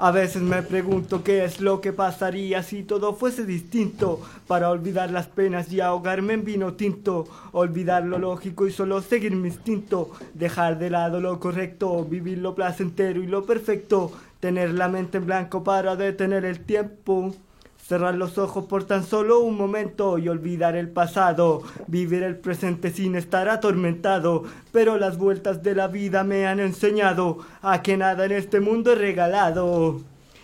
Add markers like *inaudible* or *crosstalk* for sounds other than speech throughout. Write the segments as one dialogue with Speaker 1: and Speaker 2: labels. Speaker 1: A veces me pregunto qué es lo que pasaría si todo fuese distinto, para olvidar las penas y ahogarme en vino tinto, olvidar lo lógico y solo seguir mi instinto, dejar de lado lo correcto, vivir lo placentero y lo perfecto, tener la mente en blanco para detener el tiempo. Cerrar los ojos por tan solo un momento y olvidar el pasado, vivir el presente sin estar atormentado, pero las vueltas de la vida me han enseñado a que nada en este mundo es regalado.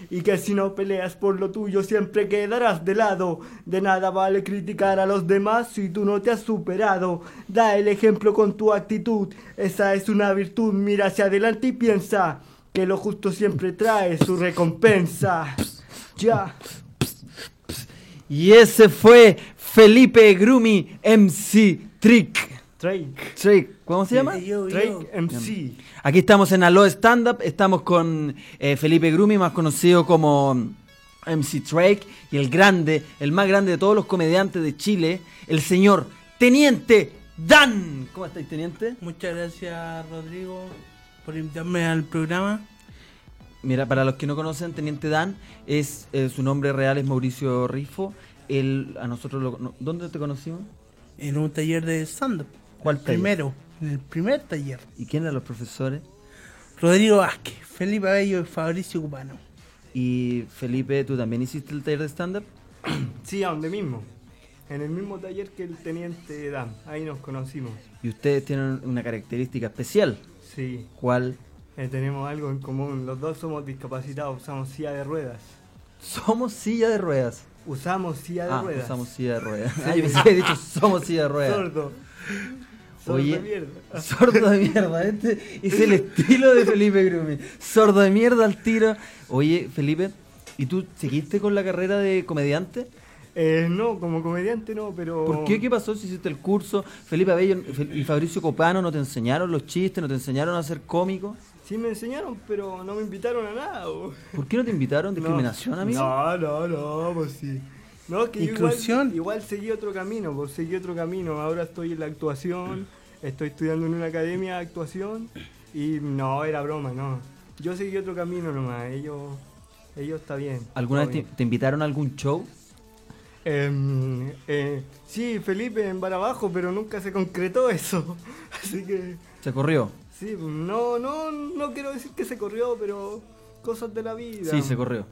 Speaker 1: Y que si no peleas por lo tuyo siempre quedarás de lado. De nada vale criticar a los demás si tú no te has superado. Da el ejemplo con tu actitud, esa es una virtud. Mira hacia adelante y piensa que lo justo siempre trae su recompensa. Ya.
Speaker 2: Y ese fue Felipe Grumi MC Trick.
Speaker 1: Drake.
Speaker 2: Trick, ¿cómo se llama?
Speaker 3: Yo, yo.
Speaker 1: Drake MC.
Speaker 2: Aquí estamos en Aló Stand Up, estamos con eh, Felipe Grumi, más conocido como MC Drake, y el grande, el más grande de todos los comediantes de Chile, el señor Teniente Dan. ¿Cómo estáis, Teniente?
Speaker 3: Muchas gracias, Rodrigo, por invitarme al programa.
Speaker 2: Mira, para los que no conocen, Teniente Dan, es eh, su nombre real es Mauricio Rifo. Él, a nosotros lo, no- ¿Dónde te conocimos?
Speaker 3: En un taller de stand-up.
Speaker 2: ¿Cuál taller?
Speaker 3: Primero, en
Speaker 2: Eh,
Speaker 3: el primer taller.
Speaker 2: ¿Y quién eran los profesores?
Speaker 3: Rodrigo Vázquez, Felipe Abello y Fabricio Cupano.
Speaker 2: Y Felipe, ¿tú también hiciste el taller de stand-up?
Speaker 1: Sí, a donde mismo. En el mismo taller que el teniente Dan. Ahí nos conocimos.
Speaker 2: Y ustedes tienen una característica especial.
Speaker 1: Sí,
Speaker 2: ¿Cuál?
Speaker 1: eh, tenemos algo en común. Los dos somos discapacitados, usamos silla de ruedas.
Speaker 2: Somos silla de ruedas.
Speaker 1: Usamos silla de
Speaker 2: Ah,
Speaker 1: ruedas.
Speaker 2: usamos silla de *laughs* ruedas. Ah, yo pensé que había dicho somos silla de ruedas.
Speaker 1: Sordo. Sordo
Speaker 2: Oye.
Speaker 1: de mierda.
Speaker 2: *laughs* Sordo de mierda, este es el estilo de Felipe Grumi. Sordo de mierda al tiro. Oye, Felipe, ¿y tú seguiste con la carrera de comediante?
Speaker 1: Eh, no, como comediante no, pero.
Speaker 2: ¿Por qué? ¿Qué pasó si hiciste el curso? Felipe Abello y Fabricio Copano no te enseñaron los chistes, no te enseñaron a ser cómico.
Speaker 1: Sí me enseñaron, pero no me invitaron a nada. bo.
Speaker 2: ¿Por qué no te invitaron? ¿Discriminación,
Speaker 1: no.
Speaker 2: amigo?
Speaker 1: No, no, no, pues sí. No, que yo
Speaker 3: Inclusión.
Speaker 1: Igual, igual seguí otro camino, pues seguí otro camino. Ahora estoy en la actuación, estoy estudiando en una academia de actuación y no, era broma, no. Yo seguí otro camino nomás, ellos, ellos está bien.
Speaker 2: ¿Alguna
Speaker 1: está
Speaker 2: vez
Speaker 1: bien.
Speaker 2: te, te invitaron a algún show?
Speaker 1: Em, eh, sí, Felipe en Barabajo, pero nunca se concretó eso. *laughs* Así que,
Speaker 2: Se corrió.
Speaker 1: sí, pues, no, no, no quiero decir que se corrió, pero cosas de la vida.
Speaker 2: Sí, se corrió.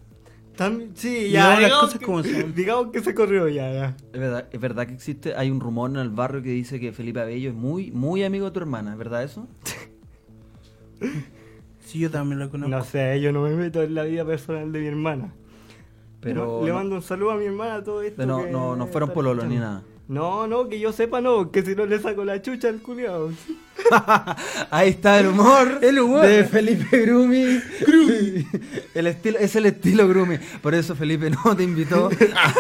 Speaker 1: Tam- sí,
Speaker 3: Digamos
Speaker 1: ya,
Speaker 3: las
Speaker 1: digamos,
Speaker 3: cosas
Speaker 1: que,
Speaker 3: como son.
Speaker 1: digamos que se corrió ya, ya.
Speaker 2: Es verdad, es verdad que existe, hay un rumor en el barrio que dice que Felipe Abello es muy, muy amigo de tu hermana, ¿es verdad *laughs* eso?
Speaker 3: Sí, yo también lo
Speaker 1: *laughs*
Speaker 3: conozco.
Speaker 1: No sé, yo no me meto en la vida personal de mi hermana.
Speaker 2: Pero
Speaker 1: Le
Speaker 2: no-
Speaker 1: mando un saludo a mi hermana, todo esto.
Speaker 2: pero no,
Speaker 1: que
Speaker 2: no, no fueron
Speaker 1: está
Speaker 2: pololos ni
Speaker 1: escuchando.
Speaker 2: nada.
Speaker 1: No, no, que yo sepa no, que si no le saco la chucha al culiao.
Speaker 2: Ahí está el
Speaker 1: *laughs*
Speaker 2: humor, el humor. de Felipe Grumi. *laughs* El estilo, es el estilo Grumi. Por eso Felipe no
Speaker 1: *laughs*
Speaker 2: te invitó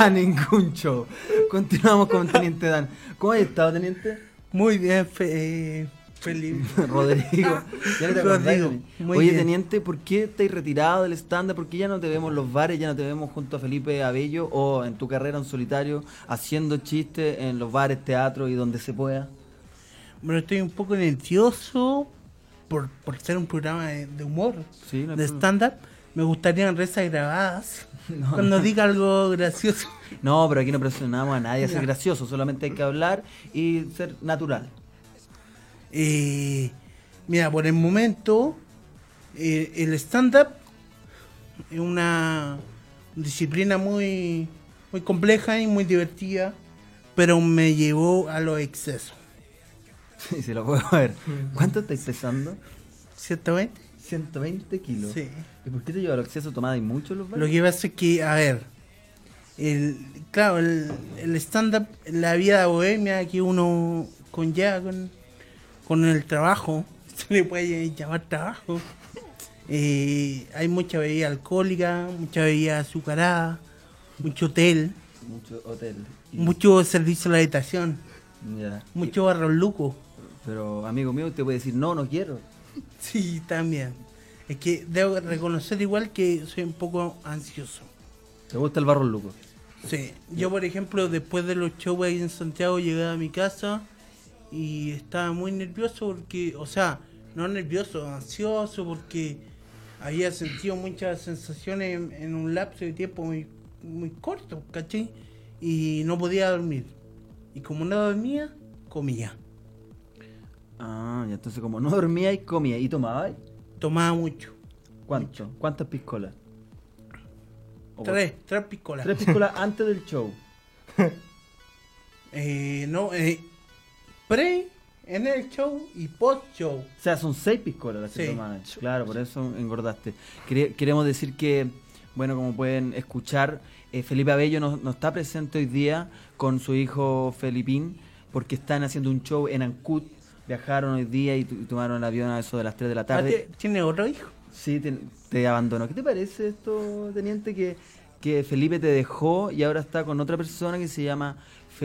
Speaker 2: a ningún show. Continuamos con Teniente Dan. ¿Cómo has estado, Teniente?
Speaker 3: Muy bien, Fe- eh, Felipe.
Speaker 2: *laughs* Rodrigo. Ya no te acordás de
Speaker 3: Rodrigo,
Speaker 2: mí.
Speaker 3: muy
Speaker 2: Oye,
Speaker 3: bien.
Speaker 2: Teniente, ¿por qué estáis retirado del estándar? ¿Por qué ya no te vemos en los bares? ¿Ya no te vemos junto a Felipe Abello o en tu carrera en solitario haciendo chistes en los bares, teatro y donde se pueda?
Speaker 3: Bueno, estoy un
Speaker 2: *laughs*
Speaker 3: poco nervioso por, por ser un programa de, de humor,
Speaker 2: Sí, no hay
Speaker 3: de
Speaker 2: problema.
Speaker 3: stand-up. Me gustarían risas grabadas cuando diga algo gracioso.
Speaker 2: No, pero aquí no presionamos a nadie a ser
Speaker 3: Ya.
Speaker 2: gracioso, solamente hay que hablar y ser
Speaker 3: *laughs*
Speaker 2: natural.
Speaker 3: Eh, mira, por el momento, eh, el stand-up es una disciplina muy, muy compleja y muy divertida, pero me llevó a los excesos.
Speaker 2: *laughs* Sí, se lo puedo ver. ¿Cuánto estáis pesando?
Speaker 3: ¿Ciertamente?
Speaker 2: 120 kilos.
Speaker 3: Sí.
Speaker 2: ¿Y por qué te lleva al exceso tomada y mucho en los
Speaker 3: Lo
Speaker 2: bares?
Speaker 3: que pasa es que, a ver, el, claro, el, el stand-up, la vida bohemia que uno conlleva con, con el trabajo, *laughs* se le puede llamar trabajo, eh, hay mucha bebida alcohólica, mucha bebida azucarada, mucho hotel,
Speaker 2: Mucho hotel. Y-
Speaker 3: mucho servicio a la habitación,
Speaker 2: Ya.
Speaker 3: mucho barroluco.
Speaker 2: Pero amigo mío, te puede decir, no, no quiero.
Speaker 3: *laughs* Sí, también. Es que debo reconocer igual que soy un poco ansioso.
Speaker 2: ¿Te gusta el barro luco?
Speaker 3: Sí, yo por ejemplo después de los shows ahí en Santiago llegaba a mi casa y estaba muy nervioso porque, o sea, no nervioso, ansioso porque había sentido muchas sensaciones en, en un lapso de tiempo muy, muy corto, ¿cachai? Y no podía dormir. Y como no dormía, comía.
Speaker 2: Ah, y entonces como no dormía y comía y tomaba,
Speaker 3: Tomaba mucho.
Speaker 2: ¿cuánto? ¿Cuántas piscolas? O-
Speaker 3: Tres, tres piscolas.
Speaker 2: Tres
Speaker 3: *laughs*
Speaker 2: piscolas antes del show.
Speaker 3: Eh, no, eh, pre, en el show y post show.
Speaker 2: O sea, son seis piscolas las que
Speaker 3: Sí.
Speaker 2: tomas. Claro, por eso engordaste. Quere- Queremos decir que, bueno, como pueden escuchar, eh, Felipe Abello no, no está presente hoy día con su hijo Felipín porque están haciendo un show en Ancud. Viajaron hoy día y, tu- y tomaron el avión a eso de las 3 de la tarde.
Speaker 3: Ah, ¿Tiene otro hijo?
Speaker 2: Sí, te, te abandonó. ¿Qué te parece esto, teniente? Que, que Felipe te dejó y ahora está con otra persona que se llama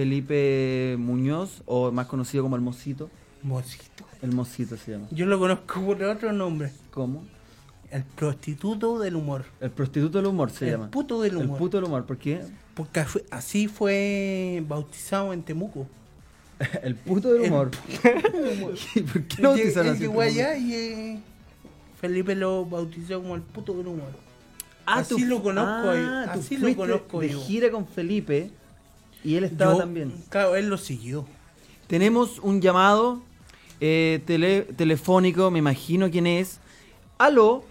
Speaker 2: Felipe Muñoz, o más conocido como El Mosito.
Speaker 3: Mosquito.
Speaker 2: El Mosito se llama.
Speaker 3: Yo lo conozco por otro nombre.
Speaker 2: ¿Cómo?
Speaker 3: El prostituto del humor.
Speaker 2: El prostituto del humor se
Speaker 3: El
Speaker 2: llama.
Speaker 3: puto del
Speaker 2: El
Speaker 3: humor.
Speaker 2: puto del humor, ¿por qué?
Speaker 3: Porque fue- así fue bautizado en Temuco.
Speaker 2: *laughs* El puto del
Speaker 3: El
Speaker 2: humor. *laughs* ¿Y ¿Por qué no
Speaker 3: Él llegó-
Speaker 2: bautizaron
Speaker 3: él
Speaker 2: así
Speaker 3: llegó
Speaker 2: el humor?
Speaker 3: allá y eh, Felipe lo bautizó como el puto del humor. así
Speaker 2: Ah, tú-
Speaker 3: lo conozco
Speaker 2: ah,
Speaker 3: yo,
Speaker 2: tú
Speaker 3: así lo
Speaker 2: fuiste
Speaker 3: conozco
Speaker 2: de
Speaker 3: yo.
Speaker 2: gira con Felipe y él estaba
Speaker 3: Yo-
Speaker 2: también.
Speaker 3: Claro, él lo siguió.
Speaker 2: Tenemos un llamado eh, tele- telefónico, me imagino quién es. Aló,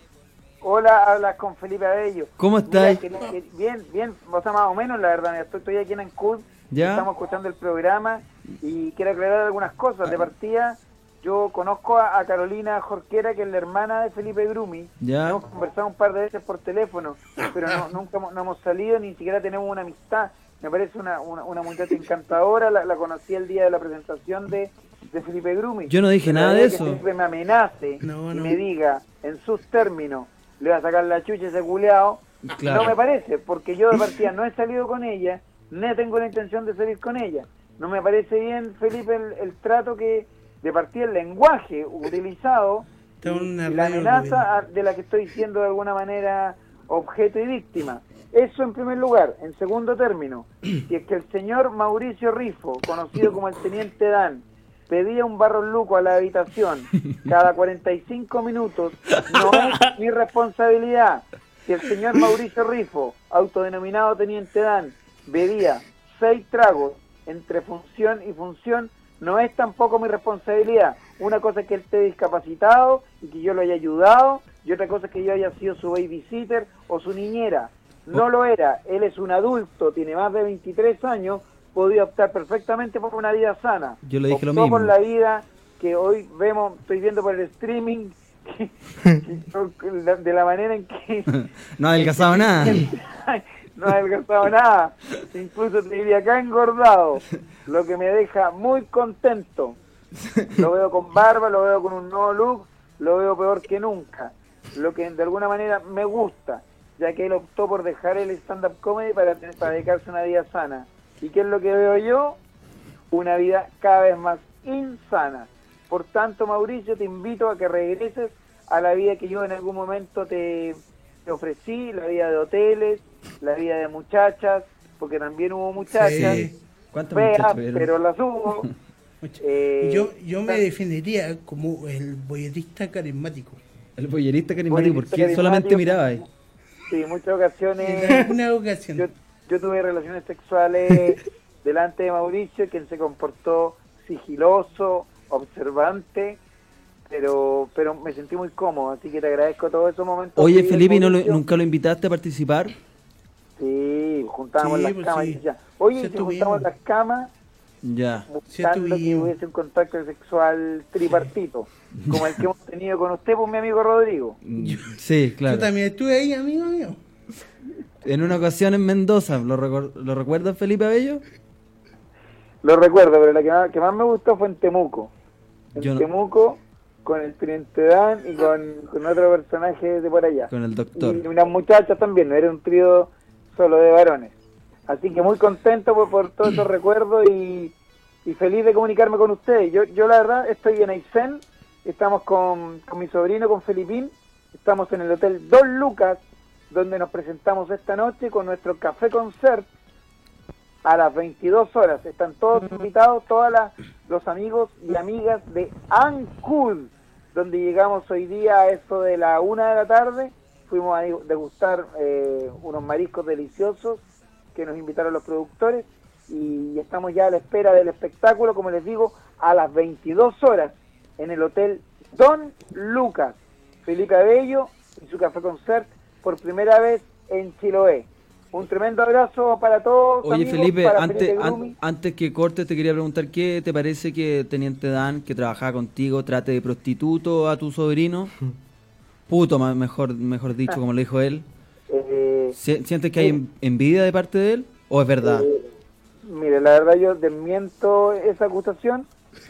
Speaker 4: Hola, hablas con Felipe Abello.
Speaker 2: ¿Cómo estáis?
Speaker 4: Mira, que- que- bien, bien, o sea, más o menos, la verdad. mira, Estoy, estoy aquí en Ancud,
Speaker 2: Ya.
Speaker 4: estamos escuchando el programa y quiero aclarar algunas cosas.
Speaker 2: Ah.
Speaker 4: De partida, yo conozco a, a Carolina Jorquera, que es la hermana de Felipe Grumi.
Speaker 2: Ya.
Speaker 4: Hemos conversado un par de veces por teléfono, pero no- nunca hemos- no hemos salido, ni siquiera tenemos una amistad. Me parece una, una, una muchacha encantadora, la, la conocí el día de la presentación de, de Felipe Grumi.
Speaker 2: Yo no dije
Speaker 4: Pero
Speaker 2: nada
Speaker 4: la
Speaker 2: de
Speaker 4: idea que
Speaker 2: eso.
Speaker 4: siempre me amenace
Speaker 3: No,
Speaker 4: y
Speaker 3: no.
Speaker 4: me diga en sus términos le va a sacar la chucha a ese culeado,
Speaker 2: Claro.
Speaker 4: no me parece, porque yo de partida no he salido con ella, ni tengo la intención de salir con ella. No me parece bien, Felipe, el, el trato que, de partida, el lenguaje utilizado
Speaker 3: Está una
Speaker 4: y la
Speaker 3: radio
Speaker 4: amenaza
Speaker 3: novela.
Speaker 4: a- de la que estoy siendo de alguna manera objeto y víctima. Eso en primer lugar. En segundo término, si es que el señor Mauricio Rifo, conocido como el Teniente Dan, pedía un barro luco a la habitación cada 45 minutos, no es mi responsabilidad. Si el señor Mauricio Rifo, autodenominado Teniente Dan, bebía seis tragos entre función y función, no es tampoco mi responsabilidad. Una cosa es que él esté discapacitado y que yo lo haya ayudado, y otra cosa es que yo haya sido su babysitter o su niñera. No lo era, él es un adulto, tiene más de 23 años, podía optar perfectamente por una vida sana.
Speaker 2: Yo le dije lo
Speaker 4: Optó
Speaker 2: mismo.
Speaker 4: por la vida que hoy vemos, estoy viendo por el streaming, que- *laughs* que- de la manera en que
Speaker 2: *laughs*
Speaker 4: *laughs*
Speaker 2: No ha
Speaker 3: *laughs*
Speaker 2: adelgazado nada.
Speaker 4: no ha adelgazado nada. Incluso te diría que ha engordado. Lo que me deja muy contento. *laughs* Lo veo con barba, lo veo con un nuevo look, lo veo peor que nunca. Lo que de alguna manera me gusta, ya que él optó por dejar el stand-up comedy para, tener- para dedicarse a una vida sana. ¿Y qué es lo que veo yo? Una vida cada vez más insana. Por tanto, Mauricio, te invito a que regreses a la vida que yo en algún momento te, te ofrecí, la vida de hoteles, la vida de muchachas, porque también hubo muchachas.
Speaker 3: Sí.
Speaker 2: ¿Cuántos
Speaker 4: Feas,
Speaker 2: muchachos vieron?
Speaker 4: pero las hubo.
Speaker 3: Mucho.
Speaker 4: Eh,
Speaker 3: yo, yo me
Speaker 4: claro.
Speaker 3: definiría como el boyerista carismático.
Speaker 2: El bollerista carismático, ¿por
Speaker 4: Bollerista
Speaker 2: qué solamente
Speaker 4: carismático.
Speaker 2: miraba ahí?
Speaker 4: Sí, muchas
Speaker 3: En
Speaker 4: ocasiones
Speaker 3: alguna
Speaker 4: yo,
Speaker 3: ocasión.
Speaker 4: yo tuve relaciones
Speaker 3: *laughs*
Speaker 4: sexuales delante de Mauricio, quien se comportó sigiloso, observante, pero pero me sentí muy cómodo, así que te agradezco todos esos momentos.
Speaker 2: Oye,
Speaker 4: Sí,
Speaker 2: Felipe, ¿y no lo-
Speaker 4: Mauricio.
Speaker 2: nunca lo invitaste a participar?
Speaker 4: Sí, juntábamos
Speaker 3: Sí,
Speaker 4: las
Speaker 3: pues
Speaker 4: camas.
Speaker 3: sí.
Speaker 4: y ya. Oye,
Speaker 3: Sí
Speaker 4: si
Speaker 3: estuvimos.
Speaker 4: juntábamos las camas,
Speaker 2: Ya.
Speaker 4: buscando que
Speaker 3: estuvimos.
Speaker 4: hubiese un contacto sexual tripartito, como el que hemos tenido con usted, pues mi amigo Rodrigo.
Speaker 2: Sí, claro.
Speaker 3: Yo también estuve ahí, amigo mío.
Speaker 2: En una ocasión en Mendoza, ¿lo, recor- ¿lo recuerdas, Felipe Abello?
Speaker 4: Lo recuerdo, pero la que más, que más me gustó fue en Temuco. En
Speaker 2: Yo no-
Speaker 4: Temuco, con el Teniente Dan y con, con otro personaje de por allá.
Speaker 2: Con el
Speaker 4: Y
Speaker 2: doctor.
Speaker 4: unas muchachas también, no era un trío solo de varones. Así que muy contento por, por todos
Speaker 2: *clears throat*
Speaker 4: esos recuerdos y, y feliz de comunicarme con ustedes. Yo, yo la verdad estoy en Aysén, estamos con, con mi sobrino, con Felipín, estamos en el Hotel Don Lucas, donde nos presentamos esta noche con nuestro café concert a las 22 horas. Están todos invitados, todos los amigos y amigas de Ancud. donde llegamos hoy día a eso de la una de la tarde. Fuimos a degustar eh, unos mariscos deliciosos que nos invitaron los productores y estamos ya a la espera del espectáculo, como les digo, a las 22 horas en el Hotel Don Lucas. Felipe Abello y su Café Concert por primera vez en Chiloé. Un tremendo abrazo para todos.
Speaker 2: Oye
Speaker 4: amigos,
Speaker 2: Felipe,
Speaker 4: para
Speaker 2: antes,
Speaker 4: Felipe
Speaker 2: an-
Speaker 4: Grumi.
Speaker 2: antes que cortes te quería preguntar qué te parece que Teniente Dan, que trabajaba contigo, trate de prostituto a
Speaker 4: *laughs*
Speaker 2: tu sobrino. Puto, ma- mejor, mejor dicho,
Speaker 4: Ah.
Speaker 2: como lo dijo él.
Speaker 4: Eh,
Speaker 2: Si- ¿Sientes que hay en- envidia de parte de él o es verdad?
Speaker 4: eh, mire, la verdad yo desmiento esa acusación,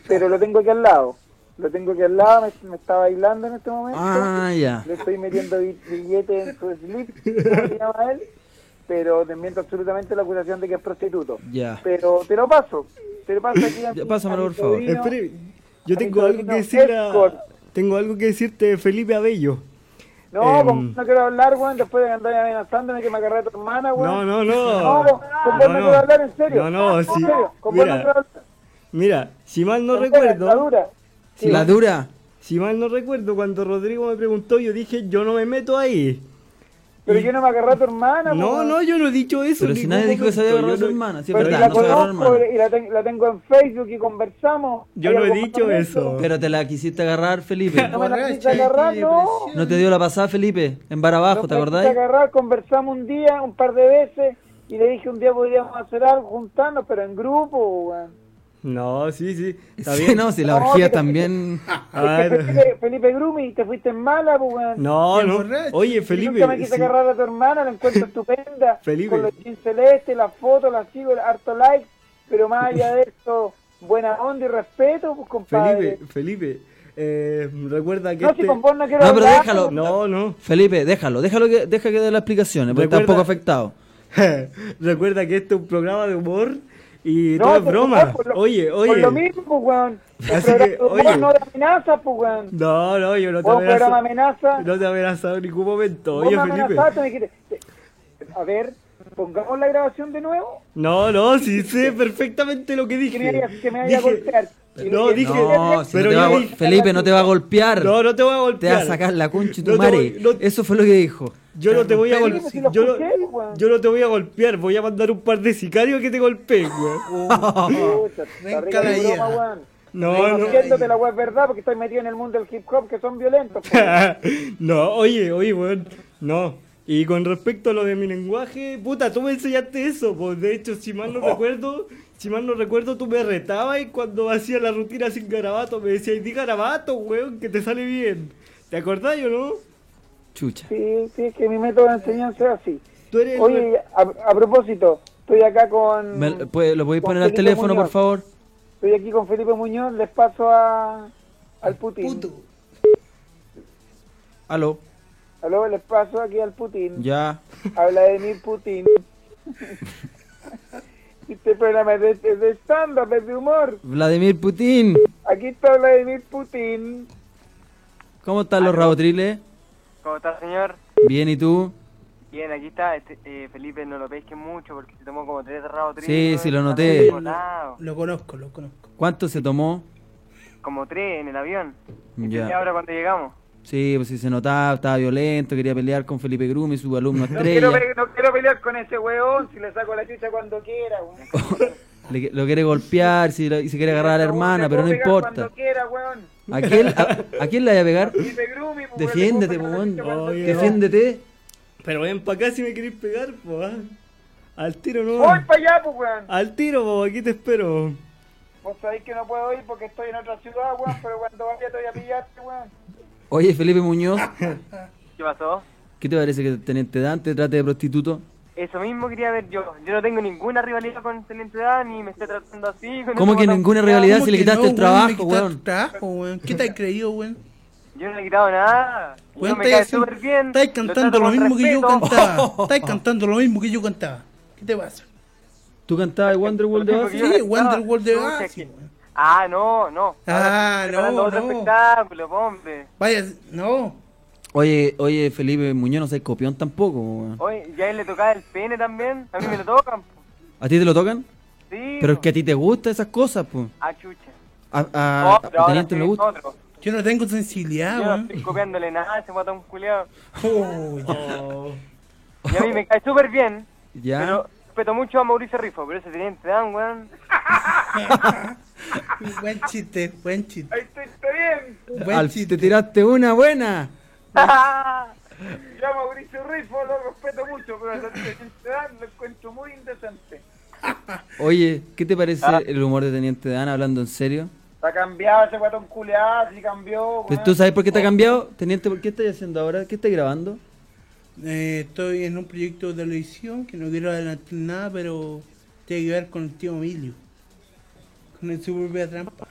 Speaker 4: pero lo tengo aquí al lado. Lo tengo aquí al lado, me, me está bailando en este momento.
Speaker 2: Ah, ya.
Speaker 4: Le estoy metiendo bi- billete en su slip, como se llama él, pero desmiento absolutamente la acusación de que es prostituto.
Speaker 2: Ya.
Speaker 4: Pero te lo paso. Te lo paso aquí a mi-
Speaker 2: Ya, *clears throat* pásamelo,
Speaker 4: a mi
Speaker 2: por favor.
Speaker 4: sobrino.
Speaker 1: Espere, yo
Speaker 4: a mi
Speaker 1: tengo algo
Speaker 4: sobrino
Speaker 1: que decir a-
Speaker 4: Escort.
Speaker 1: tengo algo que decirte, Felipe Abello.
Speaker 4: No,
Speaker 1: Em.
Speaker 4: con- no quiero hablar, weón, después de andar amenazándome que me agarré a tu hermana, weón.
Speaker 1: No, no, no.
Speaker 4: No, con vos
Speaker 1: No,
Speaker 4: no,
Speaker 1: no.
Speaker 4: quiero hablar, en serio.
Speaker 1: No, no,
Speaker 4: En
Speaker 1: sí.
Speaker 4: serio, con vos
Speaker 1: Mira,
Speaker 4: no quiero hablar.
Speaker 1: Mira, si mal no
Speaker 4: Con pena, está
Speaker 1: recuerdo,
Speaker 4: dura. Sí.
Speaker 2: La dura.
Speaker 1: si mal no recuerdo, cuando Rodrigo me preguntó, yo dije, yo no me meto ahí.
Speaker 4: Pero
Speaker 1: Y-
Speaker 4: yo no me pues. agarré a tu hermana,
Speaker 1: No,
Speaker 4: weón.
Speaker 1: no, yo no he dicho eso.
Speaker 2: Pero
Speaker 1: en
Speaker 2: si
Speaker 1: ningún
Speaker 2: nadie dijo que se había
Speaker 1: momento,
Speaker 2: agarrado
Speaker 1: yo
Speaker 2: a su
Speaker 1: no-
Speaker 2: hermana, sí es
Speaker 4: Pero
Speaker 2: verdad,
Speaker 4: la
Speaker 2: no se agarró a la
Speaker 4: conozco
Speaker 2: hermana.
Speaker 4: y la, ten- la tengo en Facebook y conversamos.
Speaker 1: Yo
Speaker 4: ¿Hay
Speaker 1: no he
Speaker 4: algo más
Speaker 1: dicho eh,
Speaker 4: que
Speaker 1: eso.
Speaker 2: Pero te la quisiste
Speaker 4: *laughs*
Speaker 2: agarrar, Felipe.
Speaker 4: No me la quisiste
Speaker 3: Borracha, qué
Speaker 4: agarrar, no.
Speaker 3: depresión.
Speaker 2: ¿No te dio la pasada, Felipe? En bar
Speaker 4: Nos
Speaker 2: abajo, ¿te
Speaker 4: fuimos a
Speaker 2: acordáis?
Speaker 4: agarrar, conversamos un día, un par de veces, y le dije un día podríamos hacer algo, juntarnos, pero en grupo, weón.
Speaker 1: No, sí, sí. Está
Speaker 2: Sí,
Speaker 1: bien.
Speaker 2: no, si la
Speaker 4: No,
Speaker 2: orgía
Speaker 4: pero-
Speaker 2: también.
Speaker 1: Ah,
Speaker 4: *laughs* Es que Felipe, Felipe Grumi, te fuiste en mala, pues, weón.
Speaker 1: no,
Speaker 3: Bien
Speaker 1: no.
Speaker 3: borracho.
Speaker 1: Oye,
Speaker 4: Y
Speaker 1: Felipe.
Speaker 4: Nunca me quise
Speaker 1: sí.
Speaker 4: agarrar a tu hermana, la
Speaker 1: *laughs*
Speaker 4: encuentro estupenda.
Speaker 1: Felipe.
Speaker 4: Con los jeans celestes, las fotos, las sigo, harto like, pero más allá
Speaker 1: *laughs*
Speaker 4: de eso, buena onda y respeto, pues, compadre.
Speaker 1: Felipe, Felipe. eh, recuerda que
Speaker 4: no,
Speaker 1: este...
Speaker 4: si con vos no quiero
Speaker 2: No, pero
Speaker 4: hablar,
Speaker 2: déjalo.
Speaker 1: No, no.
Speaker 2: Felipe, déjalo, déjalo que, deja que dé las explicaciones, porque está un
Speaker 1: Recuerda-
Speaker 2: poco afectado.
Speaker 1: *laughs* Recuerda que este es un programa de humor y
Speaker 4: No,
Speaker 1: todo es
Speaker 4: por
Speaker 1: broma.
Speaker 4: favor, por lo-
Speaker 1: oye, oye.
Speaker 4: Por lo mismo, pues, weón. El
Speaker 1: *laughs* Así que,
Speaker 4: programa-
Speaker 1: oye.
Speaker 4: vos no de amenazas, pues, weón.
Speaker 1: No, no, yo no te
Speaker 4: Vos programa
Speaker 1: amenazo.
Speaker 4: amenaza.
Speaker 1: No te he amenazado en ningún momento.
Speaker 4: Vos
Speaker 1: Oye,
Speaker 4: me
Speaker 1: Felipe.
Speaker 4: amenazaste, me dijiste, te- A ver, pongamos la grabación de nuevo.
Speaker 1: No, no, sí sé perfectamente lo que dije.
Speaker 4: Que me vaya- que me vaya a
Speaker 1: Dije-
Speaker 4: golpear. Y
Speaker 1: No,
Speaker 4: le-
Speaker 1: dije.
Speaker 2: No, si
Speaker 1: pero
Speaker 2: no te va a
Speaker 1: yo
Speaker 2: gol-
Speaker 1: dije-
Speaker 2: Felipe no te va a golpear.
Speaker 1: No, no te voy a
Speaker 2: te
Speaker 1: golpear.
Speaker 2: va a sacar la concha y tu
Speaker 1: No te
Speaker 2: madre.
Speaker 1: voy- no-
Speaker 2: Eso fue lo que dijo.
Speaker 1: Yo no te voy a golpear.
Speaker 4: Felipe, si lo
Speaker 1: yo,
Speaker 4: escuché,
Speaker 1: no,
Speaker 4: weón.
Speaker 1: yo no te voy a golpear. Voy a mandar un par de sicarios que te golpeen,
Speaker 4: *laughs*
Speaker 1: weón.
Speaker 4: Pucha,
Speaker 3: Ven
Speaker 4: está rica la
Speaker 3: calayera.
Speaker 4: broma, weón.
Speaker 1: No, no.
Speaker 4: Diciéndote la web verdad porque estoy metido en el mundo del hip hop que son violentos. po.
Speaker 1: no, oye, oye, weón. No. Y con respecto a lo de mi lenguaje, puta, tú me enseñaste eso, pues de hecho, si mal no recuerdo, si mal no recuerdo, tú me retabas y cuando hacía la rutina sin garabato me decías, di garabato, weón, que te sale bien. ¿Te acordás o no?
Speaker 2: Chucha.
Speaker 4: Sí, sí, es que mi método de enseñanza es así.
Speaker 1: Tú eres...
Speaker 4: Oye, a, a propósito, estoy acá con.
Speaker 2: Me-
Speaker 1: pues
Speaker 2: pues, ¿puede- ¿Lo podéis
Speaker 4: con
Speaker 2: poner al
Speaker 4: Felipe
Speaker 2: teléfono,
Speaker 4: Muñoz.
Speaker 2: por favor?
Speaker 4: Estoy aquí con Felipe Muñoz, les paso a, al Putin.
Speaker 3: Puto.
Speaker 2: Aló,
Speaker 4: Aló, les paso aquí al Putin.
Speaker 2: ya.
Speaker 4: Habla de mí, Putin.
Speaker 2: *laughs*
Speaker 4: este programa es de, es de stand-up, es de humor.
Speaker 2: Vladimir Putin.
Speaker 4: Aquí está Vladimir Putin.
Speaker 2: ¿Cómo están los rabotriles?
Speaker 5: ¿Cómo está, señor?
Speaker 2: Bien, ¿y tú?
Speaker 5: Bien, aquí está. Este, eh, Felipe, no lo pesquen mucho porque se tomó como tres cerrados.
Speaker 2: Sí, sí, lo noté.
Speaker 3: Lo conozco, lo conozco.
Speaker 2: ¿Cuánto se tomó?
Speaker 5: Como tres en el avión. Este,
Speaker 2: Ya.
Speaker 5: Y ahora cuando llegamos.
Speaker 2: Sí, pues si se notaba, estaba violento, quería pelear con Felipe Grumi,
Speaker 4: *laughs*
Speaker 2: su alumno
Speaker 4: No quiero,
Speaker 2: estrella.
Speaker 4: pe- no quiero pelear con ese weón, si le saco la chucha cuando quiera. weón.
Speaker 2: Le- lo quiere golpear, si, lo- y se quiere agarrar a la
Speaker 4: Le puedo
Speaker 2: *laughs* hermana, pero no
Speaker 4: pegar
Speaker 2: importa.
Speaker 4: Cuando quiera, weón.
Speaker 2: ¿A quién, a, a quién le voy a pegar?
Speaker 4: Felipe Grumi, pues, weón,
Speaker 2: Defiéndete,
Speaker 4: le puedo
Speaker 2: weón.
Speaker 4: pegar la chucha cuando
Speaker 1: Oye.
Speaker 4: quiera.
Speaker 2: Defiéndete.
Speaker 1: Pero ven para acá si me queréis pegar, pues. ah. Al tiro no.
Speaker 4: Voy para allá, pues, weón.
Speaker 1: Al tiro, pues, aquí te espero.
Speaker 4: Vos sabéis que no puedo ir porque estoy en otra ciudad, weón, pero cuando vaya te voy a pillarte, weón.
Speaker 2: Oye, Felipe Muñoz,
Speaker 5: ¿Qué pasó?
Speaker 2: ¿qué te parece que el Teniente Dan te trate de prostituto?
Speaker 5: Eso mismo quería ver yo. Yo no tengo ninguna rivalidad con Teniente Dan ni me está tratando así. con
Speaker 2: ¿Cómo
Speaker 5: esa
Speaker 2: que
Speaker 5: bota-
Speaker 2: ninguna rivalidad
Speaker 3: ¿Cómo
Speaker 2: si le
Speaker 3: que
Speaker 2: quitaste
Speaker 3: no, weón?
Speaker 2: el trabajo,
Speaker 3: Le quitaste
Speaker 2: weón?
Speaker 3: el trabajo, weón. ¿Qué te has creído, weón?
Speaker 5: Yo no le he quitado nada.
Speaker 3: Weón,
Speaker 5: yo Ah, me
Speaker 3: estáis
Speaker 5: cae
Speaker 3: haciendo-
Speaker 5: súper bien.
Speaker 3: estáis
Speaker 5: lo
Speaker 3: cantando
Speaker 5: trato
Speaker 3: lo
Speaker 5: con
Speaker 3: mismo que yo
Speaker 5: respeto. *laughs*
Speaker 3: cantaba. Estáis cantando lo mismo que yo cantaba. ¿Qué te pasa?
Speaker 2: ¿Tú cantabas Wonderwall de
Speaker 5: Lo mismo
Speaker 2: base?
Speaker 5: que yo
Speaker 3: Sí,
Speaker 5: cantaba.
Speaker 3: Wonderwall de
Speaker 5: Chucha,
Speaker 3: Oasis,
Speaker 5: que-
Speaker 3: weón.
Speaker 5: Ah, no, no.
Speaker 3: Ah,
Speaker 5: Ahora
Speaker 3: no,
Speaker 5: estoy preparando otro
Speaker 3: no.
Speaker 5: espectáculo, hombre.
Speaker 3: Vaya, no.
Speaker 2: Oye, oye, Felipe Muñoz no sé copión tampoco, weón.
Speaker 5: Oye, ya él le tocaba el pene también. A mí me lo tocan. po.
Speaker 2: ¿A ti te lo tocan?
Speaker 5: Sí.
Speaker 2: Pero es
Speaker 5: po.
Speaker 2: que a ti te gustan esas cosas, pues.
Speaker 5: Ah, chucha.
Speaker 2: A, a- a
Speaker 5: Otro, ahora
Speaker 2: Teniente
Speaker 5: sí,
Speaker 2: le gusta.
Speaker 5: otro.
Speaker 3: Yo no tengo sensibilidad,
Speaker 5: Yo no
Speaker 3: weón.
Speaker 5: estoy copiándole nada a ese guatón culiado. *laughs*
Speaker 3: Oh, ya.
Speaker 5: Y a mí me cae súper bien,
Speaker 2: Ya.
Speaker 5: pero respeto mucho a Mauricio Rifo, pero ese teniente Dan, weón.
Speaker 3: Buen chiste, buen chiste.
Speaker 5: Ahí estoy, está bien.
Speaker 3: Buen
Speaker 2: Al-
Speaker 3: chiste.
Speaker 2: te tiraste
Speaker 3: *laughs*
Speaker 2: una buena.
Speaker 4: Yo a Mauricio Rifo lo respeto mucho, pero a Teniente Dan lo encuentro muy indecente.
Speaker 2: Oye, ¿qué te parece
Speaker 5: Ah.
Speaker 2: el humor de Teniente Dan hablando en serio?
Speaker 4: Está cambiado ese guatón culeado, sí cambió.
Speaker 2: Pues,
Speaker 4: weón.
Speaker 2: ¿Tú sabes por qué te ha cambiado? Teniente, ¿por ¿qué estás haciendo ahora? ¿Qué estás grabando?
Speaker 3: Eh, estoy en un proyecto de televisión que no quiero adelantar nada, pero tiene que ver con el tío Emilio. Con el suburbia trampa.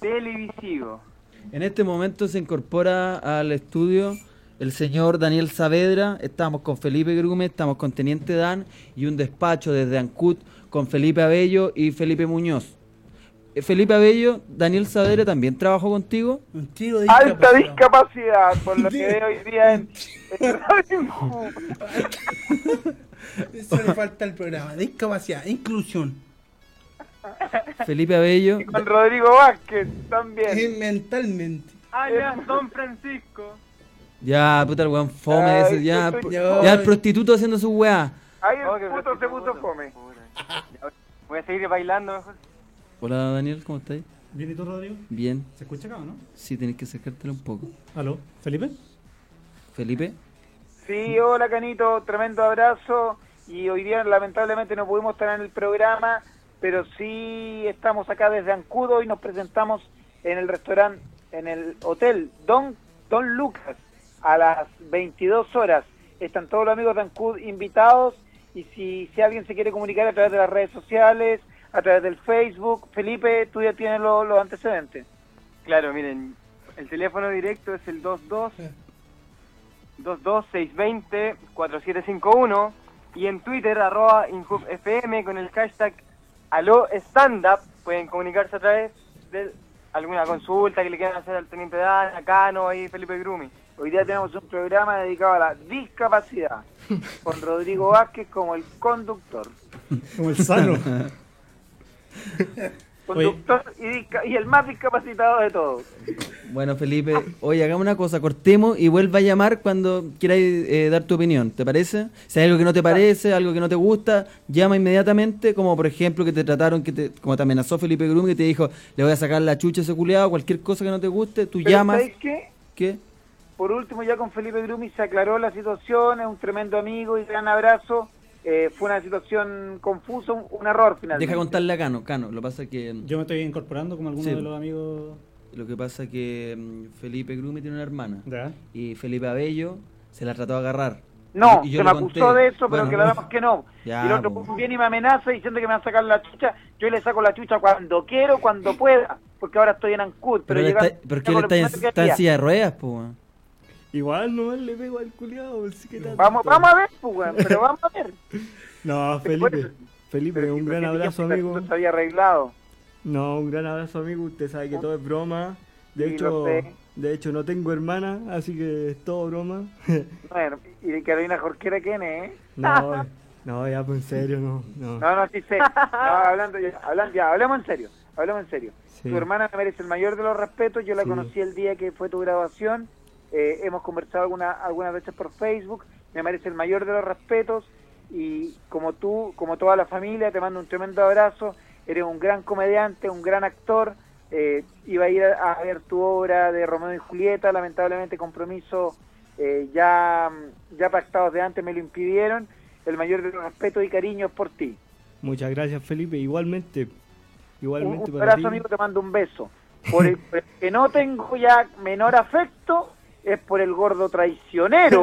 Speaker 5: Televisivo.
Speaker 2: En este momento se incorpora al estudio el señor Daniel Saavedra, estamos con Felipe Grume, estamos con Teniente Dan y un despacho desde Ancut con Felipe Abello y Felipe Muñoz. Eh, Felipe Abello, Daniel Saavedra también trabajó contigo.
Speaker 3: Un tío de
Speaker 4: Alta
Speaker 1: pues,
Speaker 4: discapacidad, por lo
Speaker 2: *laughs*
Speaker 4: que veo hoy día en, en Radio
Speaker 3: Eso le falta al programa. Discapacidad, inclusión.
Speaker 2: Felipe Abello,
Speaker 4: Y con Rodrigo Vázquez
Speaker 3: Eh,
Speaker 4: también. Ah,
Speaker 3: mentalmente.
Speaker 5: Allá, Don Francisco.
Speaker 2: ya, puta el weón fome
Speaker 4: Ay,
Speaker 2: ese, ya,
Speaker 4: estoy-
Speaker 2: pro-
Speaker 3: yo-
Speaker 2: ya el prostituto haciendo su weá.
Speaker 4: Ahí
Speaker 5: Oh,
Speaker 4: el
Speaker 5: qué
Speaker 4: puto se
Speaker 5: gracioso,
Speaker 4: puso
Speaker 5: puta.
Speaker 4: fome.
Speaker 5: Voy a seguir bailando mejor.
Speaker 2: Hola Daniel, ¿cómo estás?
Speaker 1: Bien, ¿y tú, Rodrigo?
Speaker 2: Bien,
Speaker 1: ¿Se escucha acá o no?
Speaker 2: sí, tenés que acercártelo un poco.
Speaker 1: ¿Aló? ¿Felipe?
Speaker 2: Felipe,
Speaker 4: Sí, hola Canito, tremendo abrazo. Y hoy día lamentablemente no pudimos estar en el programa, pero sí estamos acá desde Ancudo y nos presentamos en el restaurante, en el hotel Don, Don Lucas a las 22 horas. Están todos los amigos de Ancud invitados y si, si alguien se quiere comunicar a través de las redes sociales, a través del Facebook, Felipe, tú ya tienes lo- los antecedentes.
Speaker 5: Claro, miren, el teléfono directo es el 22 22620 4751 y en Twitter arroba inhubfm con el hashtag aló stand up pueden comunicarse a través de alguna consulta que le quieran hacer al teniente Dan, a Cano ahí Felipe Grumi.
Speaker 4: Hoy día tenemos un programa dedicado a la discapacidad, con Rodrigo Vázquez como el conductor.
Speaker 1: Como el sano.
Speaker 4: Conductor y, disca- y el más discapacitado de todos.
Speaker 2: Bueno, Felipe, oye, hagamos una cosa, cortemos y vuelva a llamar cuando queráis eh, dar tu opinión, ¿te parece? Si hay algo que no te parece, algo que no te gusta, llama inmediatamente, como por ejemplo que te trataron, que te, como te amenazó Felipe Grum, que te dijo, le voy a sacar la chucha a ese culeado, cualquier cosa que no te guste, tú
Speaker 4: Pero
Speaker 2: llamas,
Speaker 4: ¿sabéis qué?
Speaker 2: ¿qué?
Speaker 4: Por último, ya con Felipe Grumi se aclaró la situación, es un tremendo amigo y gran abrazo. Eh, fue una situación confusa, un, un error finalmente.
Speaker 2: Deja contarle a Cano, Cano, lo pasa que mm,
Speaker 1: Yo me estoy incorporando como alguno
Speaker 2: Sí.
Speaker 1: de los amigos.
Speaker 2: lo que pasa que mm, Felipe Grum tiene una hermana
Speaker 1: Ya.
Speaker 2: y Felipe Abello se la trató de agarrar.
Speaker 4: No,
Speaker 2: Y yo
Speaker 4: se
Speaker 2: le
Speaker 4: me
Speaker 2: conté.
Speaker 4: acusó de eso, pero
Speaker 2: Bueno.
Speaker 4: que lo damos que no.
Speaker 2: *laughs* Ya,
Speaker 4: y el otro
Speaker 2: pues.
Speaker 4: viene y me amenaza diciendo que me va a sacar la chucha. Yo le saco la chucha cuando quiero, cuando pueda, porque ahora estoy en Ancud.
Speaker 2: Pero,
Speaker 4: Pero,
Speaker 2: él
Speaker 4: llega-
Speaker 2: está, pero que él
Speaker 4: hago lo
Speaker 2: está, en,
Speaker 4: primero que
Speaker 2: está en
Speaker 4: haría.
Speaker 2: silla de ruedas, pues.
Speaker 1: Igual no le pego al culiado. Así que tanto.
Speaker 4: Vamos, vamos a ver, pues, weón, pero vamos a ver.
Speaker 1: No, Felipe. Felipe, un gran abrazo, amigo.
Speaker 4: Se había arreglado.
Speaker 1: No, un gran abrazo, amigo. Usted sabe que todo es broma. De
Speaker 4: Ah. Sí,
Speaker 1: hecho,
Speaker 4: lo sé.
Speaker 1: de hecho no tengo hermana, así que es todo broma. *laughs*
Speaker 4: Bueno, ¿y Carolina Jorquera quién es? eh? *laughs*
Speaker 1: No, no, ya, pues en serio, no. no.
Speaker 4: No, no, sí
Speaker 1: *laughs*
Speaker 4: sé. No, hablando, ya, hablando, ya, hablemos en serio. Hablemos en serio.
Speaker 1: Sí.
Speaker 4: Tu hermana me merece el mayor de los respetos. Yo la
Speaker 1: Sí.
Speaker 4: conocí el día que fue tu graduación. Eh, hemos conversado alguna, algunas veces por Facebook. Me merece el mayor de los respetos. Y como tú, como toda la familia, te mando un tremendo abrazo. Eres un gran comediante, un gran actor. Eh, iba a ir a, a ver tu obra de Romeo y Julieta. Lamentablemente, compromiso eh, ya, ya pactados de antes me lo impidieron. El mayor de los respetos y cariños por ti.
Speaker 1: Muchas gracias, Felipe. Igualmente.
Speaker 4: Un,
Speaker 1: Igualmente
Speaker 4: un
Speaker 1: para
Speaker 4: abrazo,
Speaker 1: ti.
Speaker 4: amigo, te mando un beso.
Speaker 1: *laughs*
Speaker 4: Por el, por el que no tengo ya menor afecto es por el
Speaker 1: *laughs*
Speaker 4: gordo traicionero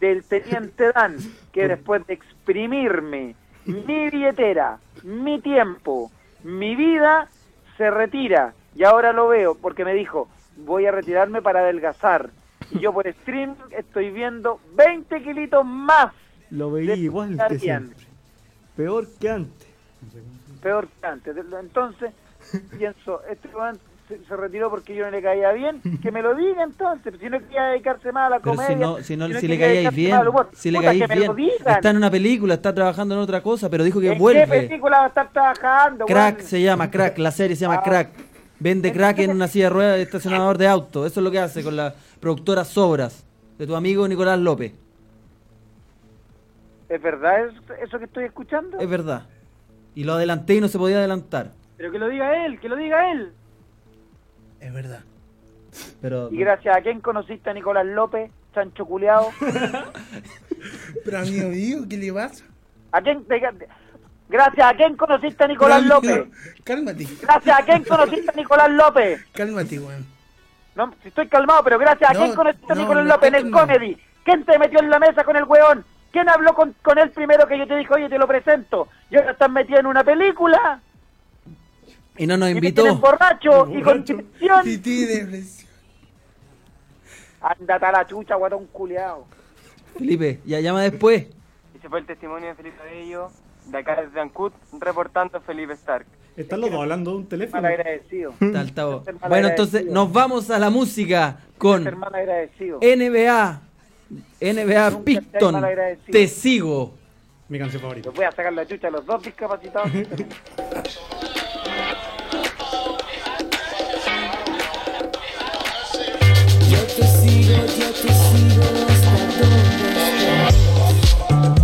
Speaker 4: del teniente Dan, que después de exprimirme mi billetera, mi tiempo, mi vida, se retira. Y ahora lo veo porque me dijo, voy a retirarme para adelgazar. Y yo por stream estoy viendo 20 kilitos más.
Speaker 1: Lo
Speaker 4: de
Speaker 1: veía igual
Speaker 4: estar
Speaker 1: que
Speaker 4: bien.
Speaker 1: siempre. Peor que antes.
Speaker 4: peor que antes.
Speaker 2: *laughs*
Speaker 4: Entonces, pienso, este weón se, se retiró porque yo no le caía bien, que me lo diga entonces, si no quería dedicarse más a la
Speaker 2: Pero
Speaker 4: comedia.
Speaker 2: si no, si no, si
Speaker 4: quería
Speaker 2: le caíais
Speaker 4: dedicarse
Speaker 2: bien,
Speaker 4: más al humor.
Speaker 2: si le
Speaker 4: Puta,
Speaker 2: caíais
Speaker 4: que me lo
Speaker 2: bien,
Speaker 4: digan.
Speaker 2: está en una película, está trabajando en otra cosa, pero dijo que
Speaker 4: ¿En qué
Speaker 2: vuelve.
Speaker 4: película va a estar trabajando,
Speaker 2: Crack
Speaker 4: weón?
Speaker 2: se llama, Crack, la serie se llama
Speaker 4: Ah.
Speaker 2: Crack. Vende crack en una silla de ruedas de estacionador de auto. Eso es lo que hace con la productora Sobras de tu amigo Nicolás López.
Speaker 4: ¿Es verdad eso- eso que estoy escuchando?
Speaker 2: Es verdad. Y lo adelanté y no se podía adelantar.
Speaker 5: Pero que lo diga él, que lo diga él.
Speaker 3: Es verdad.
Speaker 2: Pero
Speaker 4: Y gracias a quién conociste a Nicolás López, Chancho
Speaker 2: *laughs*
Speaker 4: Culeado.
Speaker 3: Pero amigo mío, ¿qué le pasa?
Speaker 4: ¿A quién? de- gracias a quién conociste a Nicolás
Speaker 3: Pero,
Speaker 4: López.
Speaker 3: amigo, Cálmate,
Speaker 4: Gracias a quién conociste a Nicolás López.
Speaker 3: cálmate, weón.
Speaker 4: No, si estoy calmado, pero gracias a
Speaker 3: No,
Speaker 4: quién conociste a
Speaker 3: no,
Speaker 4: Nicolás
Speaker 3: no,
Speaker 4: López en el
Speaker 3: no.
Speaker 4: comedy. ¿Quién te metió en la mesa con el weón? ¿Quién habló con, con él primero que yo te dije, oye, te lo presento? Y ahora estás metido en una película.
Speaker 2: y no nos
Speaker 4: Y te
Speaker 2: invitó.
Speaker 4: tienen borracho y con tensión.
Speaker 3: Y tiene depresión.
Speaker 4: Ándate a la chucha, guatón culeado.
Speaker 2: Felipe, ya llama después.
Speaker 5: Ese fue el testimonio de Felipe Bello, de acá desde Ancud, reportando Felipe Stark.
Speaker 1: Están los dos hablando de un teléfono.
Speaker 4: Mal agradecido.
Speaker 2: Tal,
Speaker 4: *laughs*
Speaker 2: tal.
Speaker 4: Ser mal
Speaker 2: Bueno, entonces
Speaker 4: agradecido.
Speaker 2: nos vamos a la música con
Speaker 4: Ser mal agradecido.
Speaker 3: Eh.
Speaker 2: NBA. NBA
Speaker 4: Nunca
Speaker 2: Picton.
Speaker 4: ser malagradecido.
Speaker 2: Te sigo.
Speaker 1: Mi canción favorita.
Speaker 4: Los voy a sacar la chucha a los dos discapacitados.
Speaker 3: *laughs*
Speaker 6: Yo te sigo, yo te sigo hasta donde estés.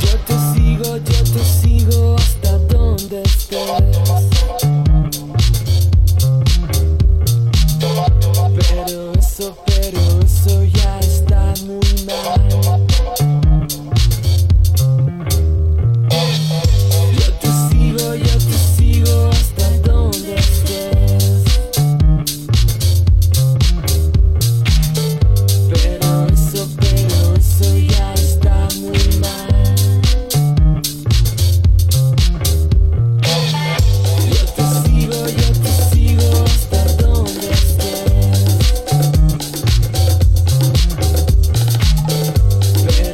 Speaker 6: Yo te sigo, yo te sigo hasta donde estés. Pero eso, pero eso ya está muy mal. Yo te sigo, yo te sigo hasta donde estés. Pero eso, pero eso ya está muy mal. Yo te sigo, yo te sigo hasta donde estés. Pero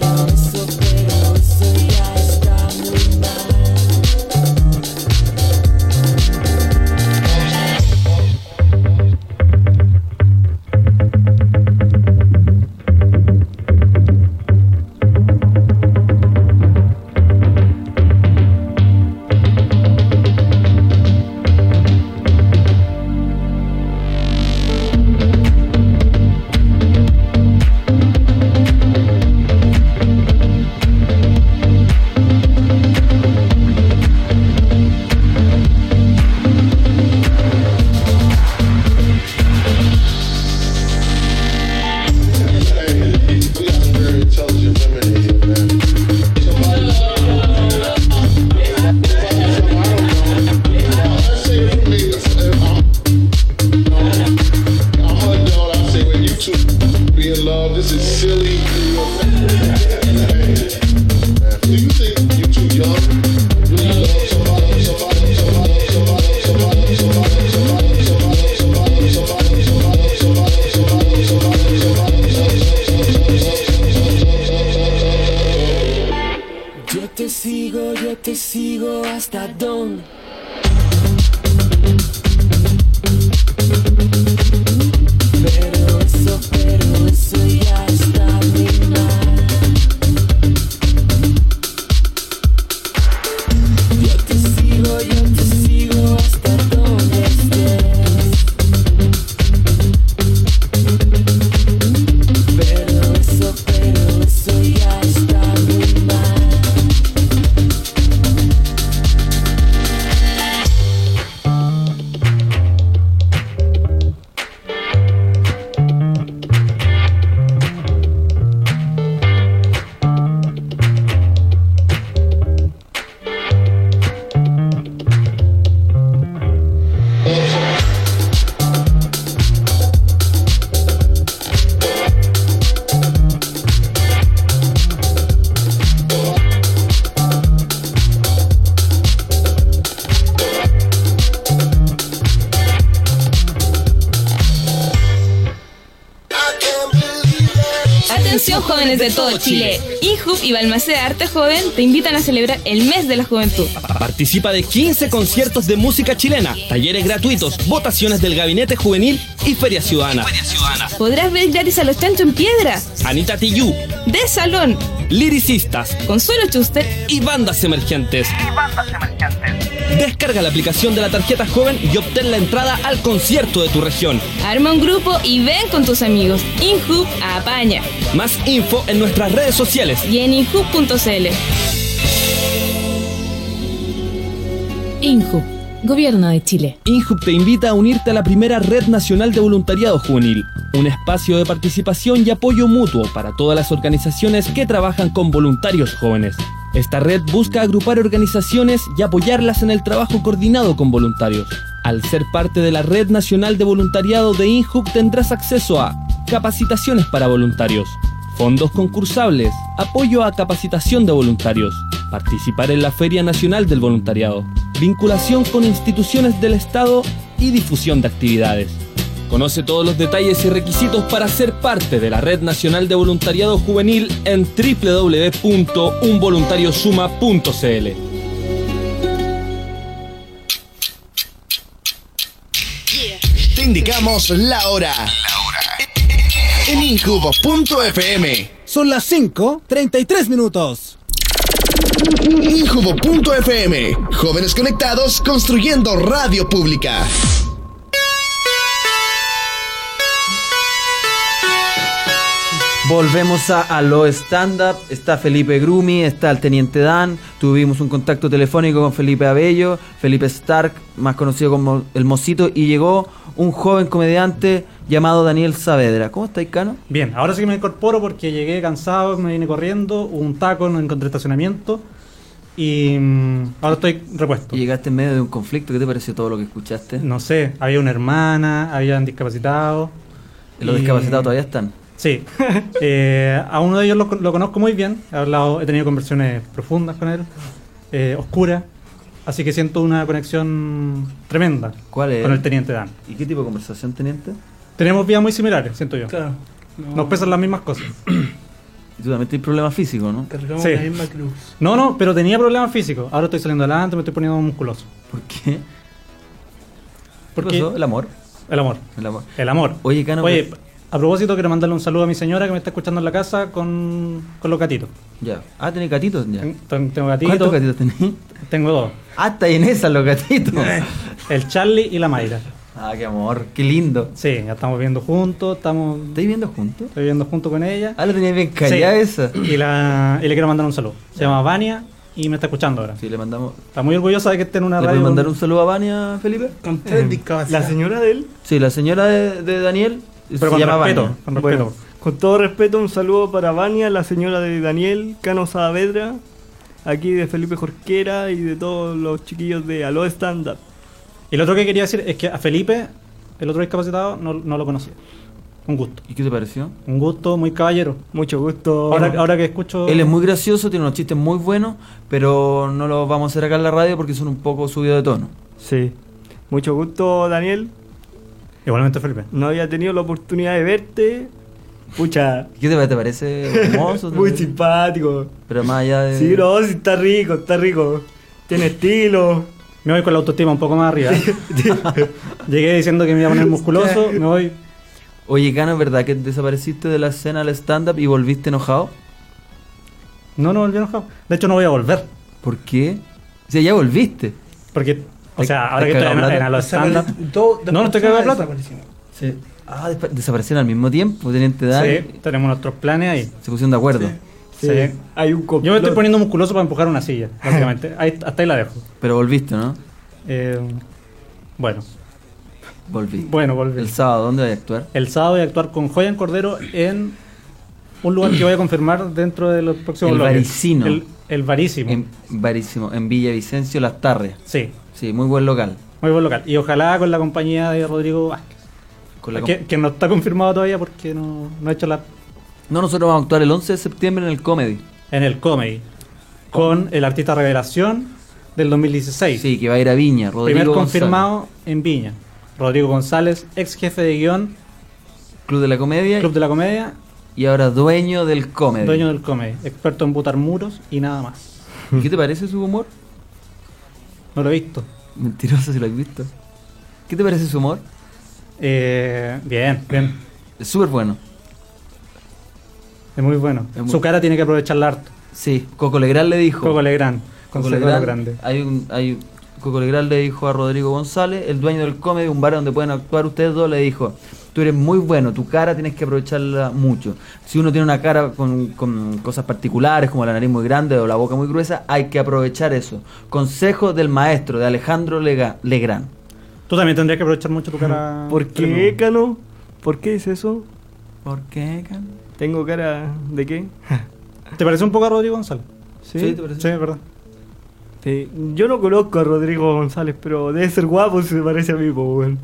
Speaker 6: eso, pero eso ya está muy mal.
Speaker 7: We got some very intelligent women in here, man. Let's say if you made a, if I'm, I'm an adult, I say, well, you two be in love. This is silly. Do you think you're too young? Really love somebody, somebody, somebody, somebody, somebody, somebody, somebody, somebody, somebody, somebody, somebody, somebody, somebody, somebody, somebody,
Speaker 6: Yo te sigo, yo te sigo hasta donde. Pero eso, pero eso ya está muy mal. Yo te sigo, yo te sigo hasta donde estés. Pero eso, pero eso ya está muy mal.
Speaker 8: jóvenes de todo Chile. INJUB y Balmaceda Arte Joven te invitan a celebrar el mes de la juventud.
Speaker 9: Participa de 15 conciertos de música chilena, talleres gratuitos, votaciones del Gabinete Juvenil y Feria Ciudadana.
Speaker 8: Podrás ver gratis a los chanchos en piedra,
Speaker 9: Anita Tillú,
Speaker 8: de salón,
Speaker 9: liricistas
Speaker 8: Consuelo Chuster
Speaker 9: y bandas emergentes. Descarga la aplicación de la tarjeta joven y obtén la entrada al concierto de tu región.
Speaker 8: Arma un grupo y ven con tus amigos. InHub apaña.
Speaker 9: Más info en nuestras redes sociales.
Speaker 8: Y en InHub.cl.
Speaker 10: INJU, Gobierno de Chile.
Speaker 9: INJUB te invita a unirte a la primera Red Nacional de Voluntariado Juvenil, un espacio de participación y apoyo mutuo para todas las organizaciones que trabajan con voluntarios jóvenes. Esta red busca agrupar organizaciones y apoyarlas en el trabajo coordinado con voluntarios. Al ser parte de la Red Nacional de Voluntariado de INJUB tendrás acceso a capacitaciones para voluntarios, fondos concursables, apoyo a capacitación de voluntarios, participar en la Feria Nacional del Voluntariado, vinculación con instituciones del Estado y difusión de actividades. Conoce todos los detalles y requisitos para ser parte de la Red Nacional de Voluntariado Juvenil en www.unvoluntariosuma.cl.
Speaker 11: Te indicamos la hora. La hora. En incubo.fm. Son las 5, 33 minutos. Incubo.fm. Jóvenes conectados construyendo radio pública.
Speaker 2: Volvemos a, a lo stand-up. Está Felipe Grumi, está el Teniente Dan. Tuvimos un contacto telefónico con Felipe Abello, Felipe Stark, más conocido como El Mosito. Y llegó un joven comediante llamado Daniel Saavedra. ¿Cómo *laughs* estáis, Cano?
Speaker 12: Bien, ahora sí que me incorporo porque llegué cansado, me vine corriendo, hubo un taco, no encontré estacionamiento y mm, ahora estoy repuesto.
Speaker 2: Llegaste en medio de un conflicto. ¿Qué te pareció todo lo que escuchaste?
Speaker 12: No sé, había una hermana, habían discapacitados.
Speaker 2: ¿Los
Speaker 12: y-
Speaker 2: discapacitados todavía están? *laughs*
Speaker 12: Sí, Eh, a uno de ellos lo, lo conozco muy bien, he, hablado, he tenido conversaciones profundas con él, eh, oscuras, así que siento una conexión tremenda
Speaker 2: ¿Cuál es?
Speaker 12: con el teniente Dan.
Speaker 2: ¿Y qué tipo de conversación, Teniente?
Speaker 12: Tenemos vidas muy similares, siento yo.
Speaker 3: Claro. No.
Speaker 12: Nos pesan las mismas cosas.
Speaker 2: *clears throat* Y tú también tienes problemas físicos, ¿no?
Speaker 3: Cargamos
Speaker 12: Sí.
Speaker 3: la misma cruz.
Speaker 12: No, no, pero tenía problemas físicos. Ahora estoy saliendo adelante, me estoy poniendo musculoso.
Speaker 2: ¿Por qué?
Speaker 12: Porque
Speaker 2: pasó? ¿El amor?
Speaker 12: El amor.
Speaker 2: El amor.
Speaker 12: El amor.
Speaker 2: Oye, Cano,
Speaker 12: Oye,
Speaker 2: pues-
Speaker 12: a propósito, quiero mandarle un saludo a mi señora que me está escuchando en la casa con, con los gatitos.
Speaker 2: Ya. Ah, tenés gatitos ya.
Speaker 12: Ten- Tengo gatitos.
Speaker 2: ¿Cuántos gatitos tenés?
Speaker 12: Tengo dos.
Speaker 2: Ah, está en esas los gatitos.
Speaker 12: El Charlie y la Mayra.
Speaker 2: Ah, qué amor, qué lindo.
Speaker 12: Sí, ya estamos viendo juntos, estamos...
Speaker 2: ¿Estáis viendo juntos?
Speaker 12: Estoy viendo junto con ella.
Speaker 2: Ah, la tenía bien callada
Speaker 12: Sí.
Speaker 2: esa.
Speaker 12: Y, la, y le quiero mandar un saludo. Se llama Vania y me está escuchando ahora.
Speaker 2: Sí, le mandamos.
Speaker 12: Está muy orgullosa de que esté en una
Speaker 2: ¿Le
Speaker 12: radio.
Speaker 2: puedes mandar un saludo a Vania, Felipe?
Speaker 3: Con
Speaker 1: *laughs*
Speaker 3: tres
Speaker 13: La
Speaker 3: discapacitados.
Speaker 13: señora de él.
Speaker 2: Sí, la señora de, de Daniel se
Speaker 12: con
Speaker 2: llama
Speaker 12: respeto,
Speaker 2: Vania.
Speaker 12: con respeto.
Speaker 13: Bueno, con todo respeto, un saludo para Vania, la señora de Daniel, Cano Saavedra, aquí de Felipe Jorquera y de todos los chiquillos de Aló Stand Up.
Speaker 12: Y lo otro que quería decir es que a Felipe, el otro discapacitado, no, no lo conocía. Un gusto.
Speaker 2: ¿Y qué te pareció?
Speaker 12: Un gusto, muy caballero.
Speaker 13: Mucho gusto.
Speaker 12: Ahora, ahora que escucho.
Speaker 2: Él es muy gracioso, tiene unos chistes muy buenos, pero no los vamos a hacer acá en la radio porque son un poco subidos de tono.
Speaker 13: Sí. Mucho gusto, Daniel.
Speaker 12: Igualmente Felipe.
Speaker 13: No había tenido la oportunidad de verte. Pucha,
Speaker 2: ¿Qué *laughs* te, te parece hermoso?
Speaker 13: muy simpático.
Speaker 2: pero más allá de...
Speaker 13: Sí, no, sí, está rico, está rico. Tiene estilo.
Speaker 12: Me voy con la autoestima un poco más arriba. ¿eh?
Speaker 13: *laughs*
Speaker 12: Llegué diciendo que me iba a poner musculoso, me voy.
Speaker 2: Oye, Cano, ¿es verdad que desapareciste de la escena al stand-up y volviste enojado?
Speaker 12: No, no volví enojado. De hecho, no voy a volver.
Speaker 2: ¿Por qué? O sea, ya volviste.
Speaker 12: Porque, o
Speaker 2: Te-
Speaker 12: sea,
Speaker 2: te
Speaker 12: ahora que estoy
Speaker 2: cagó
Speaker 12: en,
Speaker 2: plata.
Speaker 12: en a los stand-up.
Speaker 3: Todo-
Speaker 12: No, no estoy cagado de plata.
Speaker 3: desaparecimos.
Speaker 2: Sí. Ah, despa- desaparecieron al mismo tiempo, Teniente Dan.
Speaker 12: Sí, tenemos nuestros planes ahí.
Speaker 2: Se pusieron de acuerdo.
Speaker 12: Sí.
Speaker 2: *laughs*
Speaker 13: Hay un
Speaker 12: Yo me estoy
Speaker 13: complot.
Speaker 12: poniendo musculoso para empujar una silla, básicamente. Ahí- hasta ahí la dejo.
Speaker 2: Pero volviste, ¿no?
Speaker 12: Eh, bueno,
Speaker 2: Volviste.
Speaker 12: bueno, volví.
Speaker 2: El sábado, ¿dónde vas a actuar?
Speaker 12: El sábado voy a actuar con Joyan Cordero en un lugar que voy a confirmar dentro de los próximos
Speaker 2: El
Speaker 12: bloques.
Speaker 2: Varicino.
Speaker 12: El, el Varísimo.
Speaker 2: En, barísimo, en Villavicencio, Las Tarrias.
Speaker 12: Sí,
Speaker 2: Sí, muy buen local.
Speaker 12: muy buen local. Y ojalá con la compañía de Rodrigo Vázquez.
Speaker 2: Con la
Speaker 12: que, que no está confirmado todavía porque no, no ha hecho la.
Speaker 2: com- No, nosotros vamos a actuar el 11 de septiembre en el Comedy.
Speaker 12: en el comedy. Con el artista Revelación del 2016.
Speaker 2: Sí, que va a ir a Viña, Rodrigo
Speaker 12: Primer
Speaker 2: González.
Speaker 12: confirmado en Viña. Rodrigo González, ex jefe de guión,
Speaker 2: Club de la Comedia.
Speaker 12: Club de la Comedia
Speaker 2: Y ahora dueño del comedy.
Speaker 12: Dueño del comedy, experto en botar muros y nada más.
Speaker 2: ¿Y qué te parece su humor?
Speaker 12: No lo he visto.
Speaker 2: Mentiroso si lo has visto. ¿Qué te parece su humor?
Speaker 12: Eh, bien, bien.
Speaker 2: Es súper bueno.
Speaker 12: Es muy bueno. Su cara tiene que aprovecharla harto.
Speaker 2: Sí, Coco Legrand le dijo.
Speaker 12: Coco Legrand, consejero grande.
Speaker 2: Hay un, hay, un- Coco Legrand le dijo a Rodrigo González, el dueño del comedy, un bar donde pueden actuar ustedes dos, le dijo, tú eres muy bueno, tu cara tienes que aprovecharla mucho. Si uno tiene una cara con, con cosas particulares, como la nariz muy grande o la boca muy gruesa, hay que aprovechar eso. Consejo del maestro, de Alejandro Lega- Legrand.
Speaker 12: Tú también tendrías que aprovechar mucho tu cara.
Speaker 1: ¿Por qué, Cano? ¿Por qué es eso?
Speaker 2: ¿Por qué, Cano?
Speaker 1: ¿Tengo cara de qué?
Speaker 12: *laughs* ¿Te parece un poco a Rodrigo González?
Speaker 1: Sí,
Speaker 12: Sí, ¿te parece? Sí, es verdad.
Speaker 1: Sí, Yo no conozco a Rodrigo González, pero debe ser guapo si se parece a mí, po,
Speaker 12: *laughs*
Speaker 1: weón.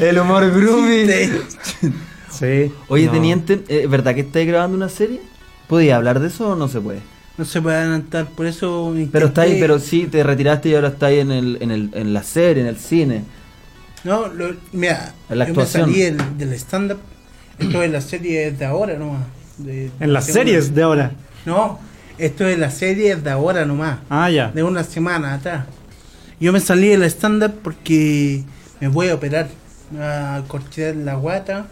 Speaker 2: El humor groovy.
Speaker 12: Sí.
Speaker 2: Oye,
Speaker 1: No.
Speaker 2: teniente, ¿es verdad que estáis grabando una serie? ¿Podía hablar de eso o no se puede?
Speaker 3: No se puede adelantar, por eso.
Speaker 2: Pero
Speaker 3: intenté-
Speaker 2: está ahí, pero sí, te retiraste y ahora está ahí en, el, en, el, en la serie, en el cine.
Speaker 3: No, lo- mira,
Speaker 2: En la
Speaker 3: yo
Speaker 2: actuación.
Speaker 3: me salí del, del stand-up. Esto es la serie de ahora nomás. de-
Speaker 12: En las
Speaker 3: de una-
Speaker 12: series de ahora.
Speaker 3: No, esto es la serie de ahora nomás.
Speaker 12: Ah, ya.
Speaker 3: De una semana atrás. Yo me salí del stand-up porque me voy a operar. Me va a cortar la guata,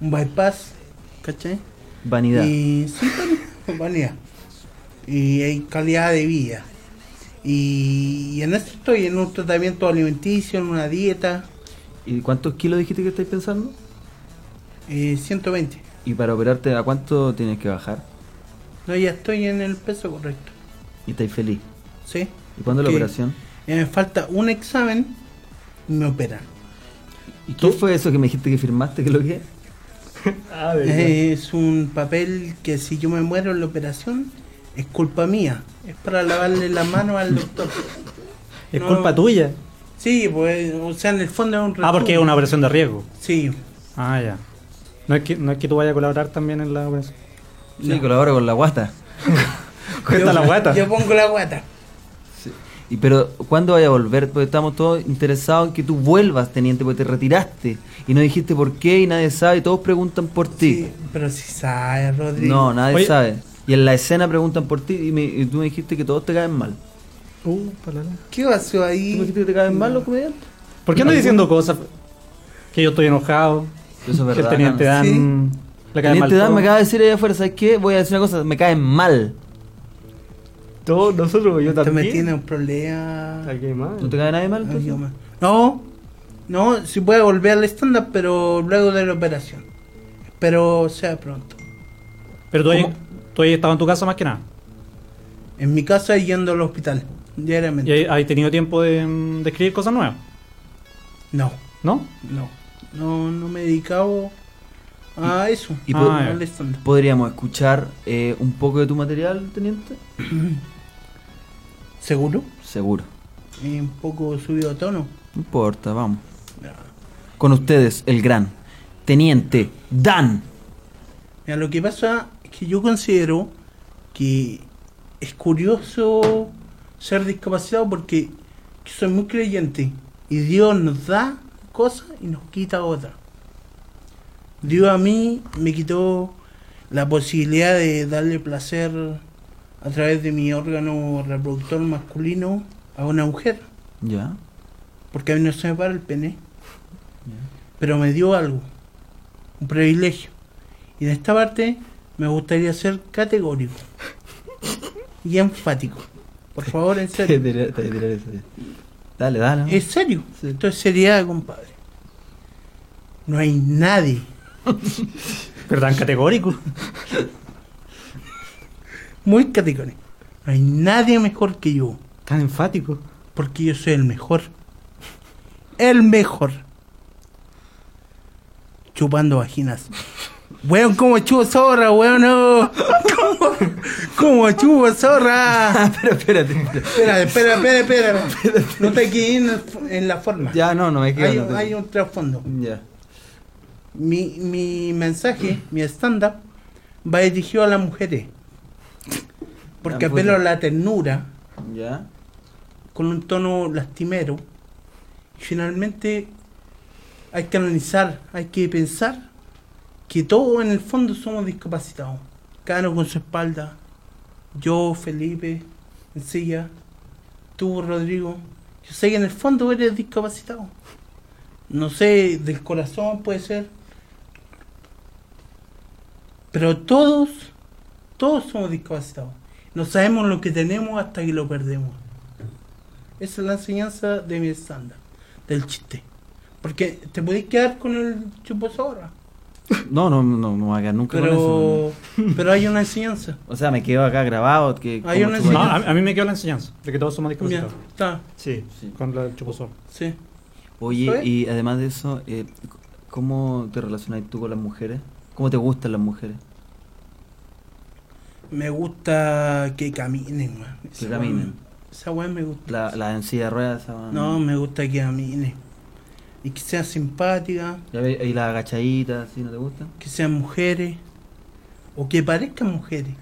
Speaker 3: un bypass, ¿cachai?
Speaker 2: Vanidad.
Speaker 3: Y sí, vanidad, *laughs* vanidad. Y hay calidad de vida. Y, y en eso estoy, en un tratamiento alimenticio, en una dieta.
Speaker 2: ¿Y cuántos kilos dijiste que estáis pensando?
Speaker 3: Eh, 120.
Speaker 2: Y para operarte, ¿a cuánto tienes que bajar?
Speaker 3: No, ya estoy en el peso correcto.
Speaker 2: Y estáis feliz.
Speaker 3: Sí.
Speaker 2: ¿Y cuándo
Speaker 3: Porque
Speaker 2: la operación?
Speaker 3: ya me falta un examen y me operan.
Speaker 2: ¿Y qué fue eso que me dijiste que firmaste? ¿Qué es lo que es?
Speaker 1: Ah,
Speaker 2: verdad.
Speaker 3: es un papel que si yo me muero en la operación es culpa mía. Es para lavarle la mano al doctor.
Speaker 12: Es
Speaker 3: No,
Speaker 12: culpa tuya.
Speaker 3: Sí, pues, o sea, en el fondo es un
Speaker 12: Ah, porque es una operación de riesgo.
Speaker 3: Sí.
Speaker 12: Ah, ya. No es que, no es que tú vayas a colaborar también en la operación.
Speaker 2: Sí, colaboro con la guata.
Speaker 12: Cuenta la guata.
Speaker 3: Yo pongo la guata.
Speaker 2: Y pero, ¿cuándo vaya a volver? Porque estamos todos interesados en que tú vuelvas, teniente, porque te retiraste. Y no dijiste por qué y nadie sabe. Y todos preguntan por ti.
Speaker 3: Pero si sabe, Rodrigo.
Speaker 2: no, nadie
Speaker 3: Oye,
Speaker 2: sabe. Y en la escena preguntan por ti y, me- y tú me dijiste que todos te caen mal.
Speaker 12: Uh, palala.
Speaker 3: ¿Qué pasó ahí?
Speaker 2: ¿Tú me dijiste que te caen mal los comediantes?
Speaker 12: ¿Por qué andas diciendo cosas? Que yo estoy enojado.
Speaker 2: Eso es
Speaker 12: que
Speaker 2: verdad,
Speaker 12: El teniente Dan.
Speaker 2: Nano.
Speaker 12: Le cae mal Oh.
Speaker 2: Teniente Dan
Speaker 12: todo.
Speaker 2: me acaba de decir allá afuera, ¿sabes qué? Voy a decir una cosa, me caen mal.
Speaker 1: Todos nosotros, yo
Speaker 3: Te me
Speaker 1: también.
Speaker 3: tiene un problema.
Speaker 2: ¿No te cae nadie mal? entonces?
Speaker 3: No, no, si puede volver al stand-up, pero luego de la operación. Pero sea pronto.
Speaker 12: Pero tú ahí, tú ahí estabas en tu casa más que nada.
Speaker 3: En mi casa y yendo al hospital, diariamente.
Speaker 12: ¿Y ahí- has tenido tiempo de, mm, de escribir cosas nuevas?
Speaker 3: No.
Speaker 12: ¿No?
Speaker 3: No, no, no me he dedicado a Ah, eso.
Speaker 2: Y po-
Speaker 3: al stand-up.
Speaker 2: podríamos escuchar eh, un poco de tu material, teniente.
Speaker 3: ¿Seguro?
Speaker 2: Seguro.
Speaker 3: Y eh, un poco subido a tono.
Speaker 2: No importa, vamos. Con ustedes, el gran teniente Dan.
Speaker 3: Mira, lo que pasa es que yo considero que es curioso ser discapacitado porque yo soy muy creyente y Dios nos da cosas y nos quita otras. Dios a mí me quitó la posibilidad de darle placer a través de mi órgano reproductor masculino a una mujer,
Speaker 2: Ya.
Speaker 3: porque a mí no se me para el pene, pero me dio algo, un privilegio. Y de esta parte me gustaría ser categórico y enfático. Por favor, en serio.
Speaker 2: Dale, dale.
Speaker 3: Es serio. Esto es seriedad, compadre. No hay nadie.
Speaker 12: Pero tan categórico.
Speaker 3: Muy categórico. No hay nadie mejor que yo.
Speaker 12: Tan enfático.
Speaker 3: Porque yo soy el mejor. El mejor. Chupando vaginas. Weón, como chupo zorra, weón, no. *laughs* ¿Cómo, cómo chupo zorra?
Speaker 2: Pero espérate, espérate.
Speaker 3: Espera, espera, espera, espera.
Speaker 2: *laughs*
Speaker 3: No te quedes en- en la forma.
Speaker 2: Ya, no, no me quedo.
Speaker 3: hay,
Speaker 2: no te-
Speaker 3: hay un trasfondo.
Speaker 2: Ya.
Speaker 3: Mi, mi mensaje, mi stand-up, va dirigido a las mujeres. Porque
Speaker 2: Ya, puta.
Speaker 3: apelo a la ternura,
Speaker 2: Ya.
Speaker 3: con un tono lastimero. Y finalmente hay que analizar, hay que pensar que todos en el fondo somos discapacitados. Caro con su espalda, yo, Felipe, en silla, tú, Rodrigo. Yo sé que en el fondo eres discapacitado. No sé, del corazón puede ser. Pero todos, todos somos discapacitados. No sabemos lo que tenemos hasta que lo perdemos. Esa es la enseñanza de mi estándar, del chiste. Porque te podéis quedar con el chupo sobra.
Speaker 2: No, no, no, no me voy a quedar nunca con eso.
Speaker 3: Pero, *laughs* pero hay una enseñanza.
Speaker 2: O sea, me quedo acá grabado. Que,
Speaker 3: Hay
Speaker 2: como
Speaker 3: una
Speaker 2: chupa-
Speaker 12: No, a, a mí me quedó la enseñanza de que todos somos
Speaker 3: Ya,
Speaker 12: discapacitados.
Speaker 3: está.
Speaker 12: Sí, con la chupozor.
Speaker 3: Sí.
Speaker 2: Oye, y además de eso, eh, ¿cómo te relacionas tú con las mujeres? ¿Cómo te gustan las mujeres?
Speaker 3: Me gusta que caminen, weón. Esa weá
Speaker 2: caminen. Ah.
Speaker 3: me- Esa weá me gusta.
Speaker 2: La, la en silla de ruedas. esa-
Speaker 3: No, me gusta que caminen. Y que sean simpáticas,
Speaker 2: Ya ve- Y las agachaditas, ¿sí? ¿No te gustan?
Speaker 3: que sean mujeres. O que parezcan mujeres.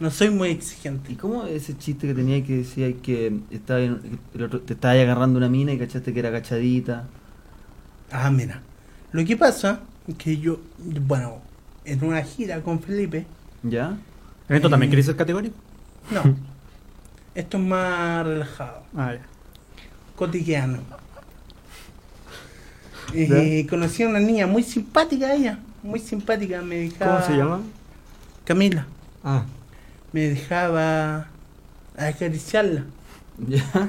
Speaker 3: No soy muy exigente.
Speaker 2: ¿Y cómo ese chiste que tenía que decía que estaba en- el otro- te estabas agarrando una mina y cachaste que era agachadita?
Speaker 3: Ah, mira. Lo que pasa es que yo, bueno, en una gira con Felipe,
Speaker 2: ¿Ya?
Speaker 12: ¿En esto también
Speaker 3: Eh,
Speaker 12: queréis ser categórico? *laughs*
Speaker 3: no. Esto es más relajado.
Speaker 12: Ah,
Speaker 3: Cotidiano. Eh, conocí a una niña muy simpática ella, muy simpática, me dejaba...
Speaker 1: ¿Cómo se llama?
Speaker 3: Camila.
Speaker 1: Ah.
Speaker 3: Me dejaba acariciarla.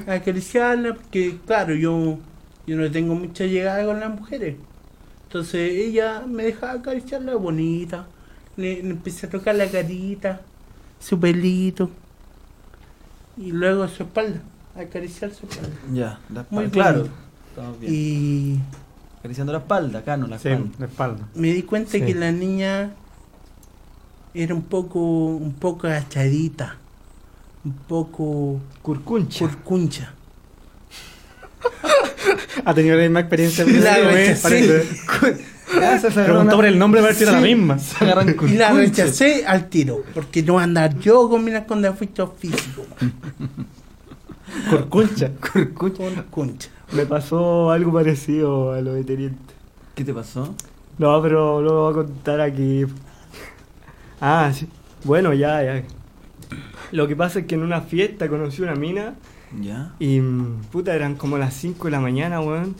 Speaker 3: Acariciarla porque, claro, yo, yo no tengo mucha llegada con las mujeres. Entonces ella me dejaba acariciarla bonita. Le, le empecé a tocar la carita, su pelito. Y luego su espalda, acariciar su espalda.
Speaker 2: Ya, la
Speaker 3: Muy
Speaker 2: espalda. Claro.
Speaker 3: bonito.
Speaker 2: Estamos bien.
Speaker 3: Y
Speaker 2: Acariciando la espalda, acá no la espalda.
Speaker 12: la espalda.
Speaker 3: me di cuenta
Speaker 2: Sí.
Speaker 3: que la niña era un poco un poco achadita un poco curcuncha curcuncha
Speaker 12: Ha tenido la misma experiencia.
Speaker 3: La
Speaker 12: Sí,
Speaker 3: rechacé.
Speaker 12: parece. Ah, Preguntó
Speaker 3: agarran-
Speaker 12: por el nombre para ver si era la
Speaker 3: Sí.
Speaker 12: misma.
Speaker 3: y la rechacé al tiro porque no andar yo con minas con defectos físicos
Speaker 1: *laughs*
Speaker 12: Curcuncha.
Speaker 3: Curcuncha.
Speaker 1: Me pasó algo parecido a lo de Teniente.
Speaker 2: ¿Qué te pasó?
Speaker 1: No, pero no lo voy a contar aquí. Ah, sí. Bueno, ya, ya. Lo que pasa es que en una fiesta conocí una mina
Speaker 2: ¿Ya?
Speaker 1: y mm, puta, eran como las 5 de la mañana, weón.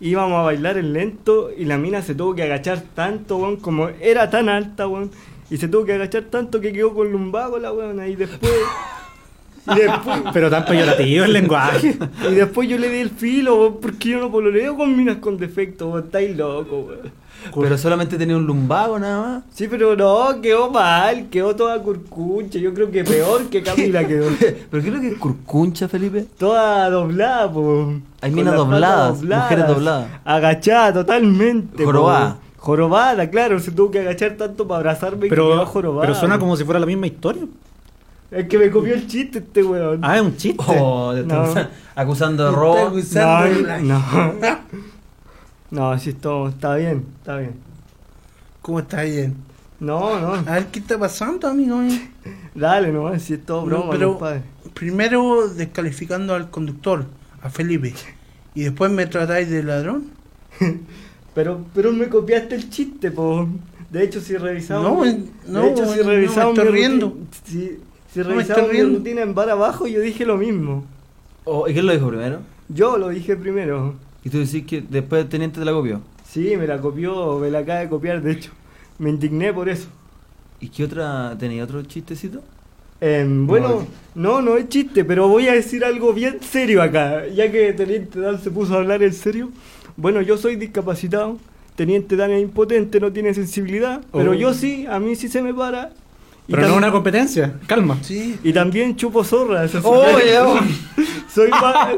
Speaker 1: Íbamos a bailar el lento y la mina se tuvo que agachar tanto, weón, como era tan alta, weón. Y se tuvo que agachar tanto que quedó con lumbago la weón ahí después. Y después,
Speaker 12: *laughs* Pero tan peyorativo el
Speaker 3: *laughs*
Speaker 12: lenguaje.
Speaker 1: *laughs* y después yo le di el filo, weón, porque yo no pololeo con minas con defecto, weón. Estáis loco, weón.
Speaker 2: Pero solamente tenía un lumbago nada más.
Speaker 1: Sí, pero no, quedó mal, quedó toda curcuncha. Yo creo que peor que Camila quedó.
Speaker 2: *laughs* ¿Pero qué es lo que es curcuncha, Felipe?
Speaker 1: Toda doblada, po.
Speaker 2: Hay
Speaker 1: Con
Speaker 2: minas
Speaker 1: las patas
Speaker 2: dobladas, mujeres dobladas.
Speaker 1: Agachada totalmente. po.
Speaker 2: Jorobada.
Speaker 1: Jorobada, claro, se tuvo que agachar tanto para abrazarme que quedó
Speaker 12: Pero,
Speaker 1: jorobada.
Speaker 12: pero suena como si fuera la misma historia.
Speaker 1: Es que me copió el chiste este weón.
Speaker 12: Ah, es un chiste.
Speaker 2: Oh, te están
Speaker 1: No.
Speaker 2: acusando de robo.
Speaker 1: No, no. No, sí, todo, está bien, está bien.
Speaker 3: ¿Cómo está bien?
Speaker 1: No, no.
Speaker 3: a ver qué está pasando amigo mío?
Speaker 1: Dale, no, si es todo broma,
Speaker 3: pero
Speaker 1: compadre.
Speaker 3: primero descalificando al conductor a Felipe y después me tratáis de ladrón
Speaker 1: *laughs* Pero, pero me copiaste el chiste, po. De hecho, si revisamos.
Speaker 3: No,
Speaker 1: mi-
Speaker 3: no,
Speaker 1: de hecho, si
Speaker 3: no me
Speaker 1: revisamos.
Speaker 3: estoy
Speaker 1: mi ruti-
Speaker 3: riendo.
Speaker 1: Si, si
Speaker 3: No me
Speaker 1: revisamos
Speaker 3: estoy
Speaker 1: mi
Speaker 3: riendo.
Speaker 1: rutina en bar abajo, yo dije lo mismo.
Speaker 2: Oh, ¿Y quién lo dijo primero?
Speaker 1: Yo lo dije primero.
Speaker 2: Y tú decís que después el teniente te la copió.
Speaker 1: Sí, me la copió, me la acaba de copiar, de hecho. Me indigné por eso.
Speaker 2: ¿Y qué otra? ¿Tenía otro chistecito?
Speaker 1: Em, bueno, no, no es chiste, pero voy a decir algo bien serio acá. Ya que Teniente Dan se puso a hablar en serio. Bueno, yo soy discapacitado. Teniente Dan es impotente, no tiene sensibilidad. Pero
Speaker 12: Oh.
Speaker 1: yo sí, a mí sí se me para. Y
Speaker 12: Pero no es
Speaker 1: tam-
Speaker 12: una competencia. Calma.
Speaker 3: Sí.
Speaker 1: Y también chupo zorra. eso sí. *laughs*
Speaker 12: Oye,
Speaker 2: oh.
Speaker 1: soy, más,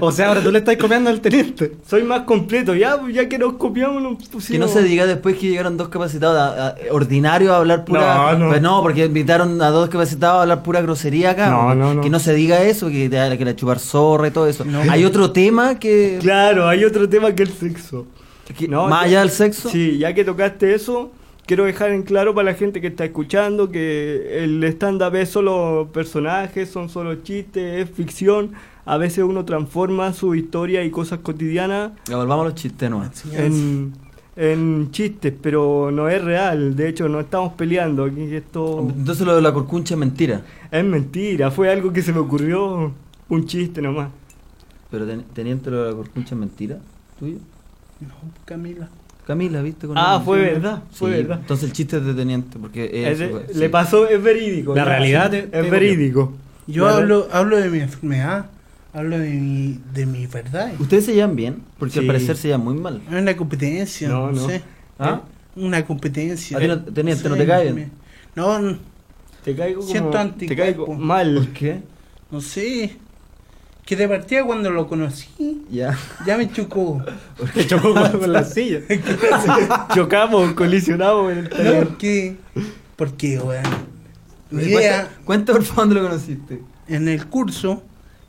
Speaker 12: O sea, ahora tú le estás copiando al teniente.
Speaker 1: soy más completo. Ya, pues, ya que nos copiamos, pues, nos
Speaker 2: que no
Speaker 1: pusimos.
Speaker 2: se diga después que llegaron dos capacitados a- a- ordinarios a hablar pura.
Speaker 1: No, no.
Speaker 2: Pues no, porque invitaron a dos capacitados a hablar pura grosería acá.
Speaker 1: No,
Speaker 2: porque-
Speaker 1: no, no.
Speaker 2: Que no se diga eso, que, te- que la chupar zorra y todo eso.
Speaker 1: No.
Speaker 2: Hay otro tema que.
Speaker 1: Claro, hay otro tema que el sexo. No,
Speaker 2: más
Speaker 1: ya-
Speaker 2: allá del sexo.
Speaker 1: Sí, ya que tocaste eso, quiero dejar en claro para la gente que está escuchando que el stand-up es solo personajes, son solo chistes, es ficción. A veces uno transforma su historia y cosas cotidianas
Speaker 2: Ya volvamos a los chistes nuevos.
Speaker 1: en, en chistes, pero no es real. De hecho, no estamos peleando. Aquí esto...
Speaker 2: Entonces lo de la corcuncha es mentira.
Speaker 1: Es mentira, fue algo que se me ocurrió. Un chiste nomás.
Speaker 2: Pero ten- teniente lo de la corcuncha es mentira. ¿Tuyo?
Speaker 3: No, Camila.
Speaker 2: Camila, ¿viste? Con
Speaker 1: Ah,
Speaker 2: la-
Speaker 1: fue verdad, fue
Speaker 2: Sí,
Speaker 1: verdad.
Speaker 2: Entonces el chiste es de teniente, porque
Speaker 1: Es
Speaker 2: es,
Speaker 1: de-
Speaker 2: fue-
Speaker 1: le
Speaker 2: sí.
Speaker 1: pasó, es verídico.
Speaker 2: La
Speaker 1: ¿no?
Speaker 2: realidad
Speaker 1: es,
Speaker 2: te- te-
Speaker 1: verídico.
Speaker 3: Yo
Speaker 2: La re-
Speaker 3: hablo, hablo de mi enfermedad, hablo de mi, de mi verdad.
Speaker 2: ¿Ustedes se llevan bien? Porque al
Speaker 3: Sí.
Speaker 2: parecer se llevan muy mal.
Speaker 3: Es una competencia,
Speaker 2: No,
Speaker 3: no,
Speaker 2: no.
Speaker 3: sé.
Speaker 2: ¿Ah?
Speaker 3: Una competencia.
Speaker 2: ¿A ti no- teniente, no te
Speaker 3: Sí,
Speaker 2: caen?
Speaker 3: me- No, no,
Speaker 1: Te caigo como-
Speaker 3: siento
Speaker 1: te caigo mal. ¿Por
Speaker 2: qué?
Speaker 3: No sé. Que de partida cuando lo conocí,
Speaker 2: Ya.
Speaker 3: ya me chocó.
Speaker 1: Te chocó con, con
Speaker 3: *laughs*
Speaker 1: la silla. Chocamos, colisionamos en el
Speaker 3: No,
Speaker 1: taller.
Speaker 3: ¿Por qué? Porque, weón. mi
Speaker 2: Cuenta-
Speaker 3: idea-
Speaker 2: Cuenta, por favor, dónde lo conociste.
Speaker 3: En el curso,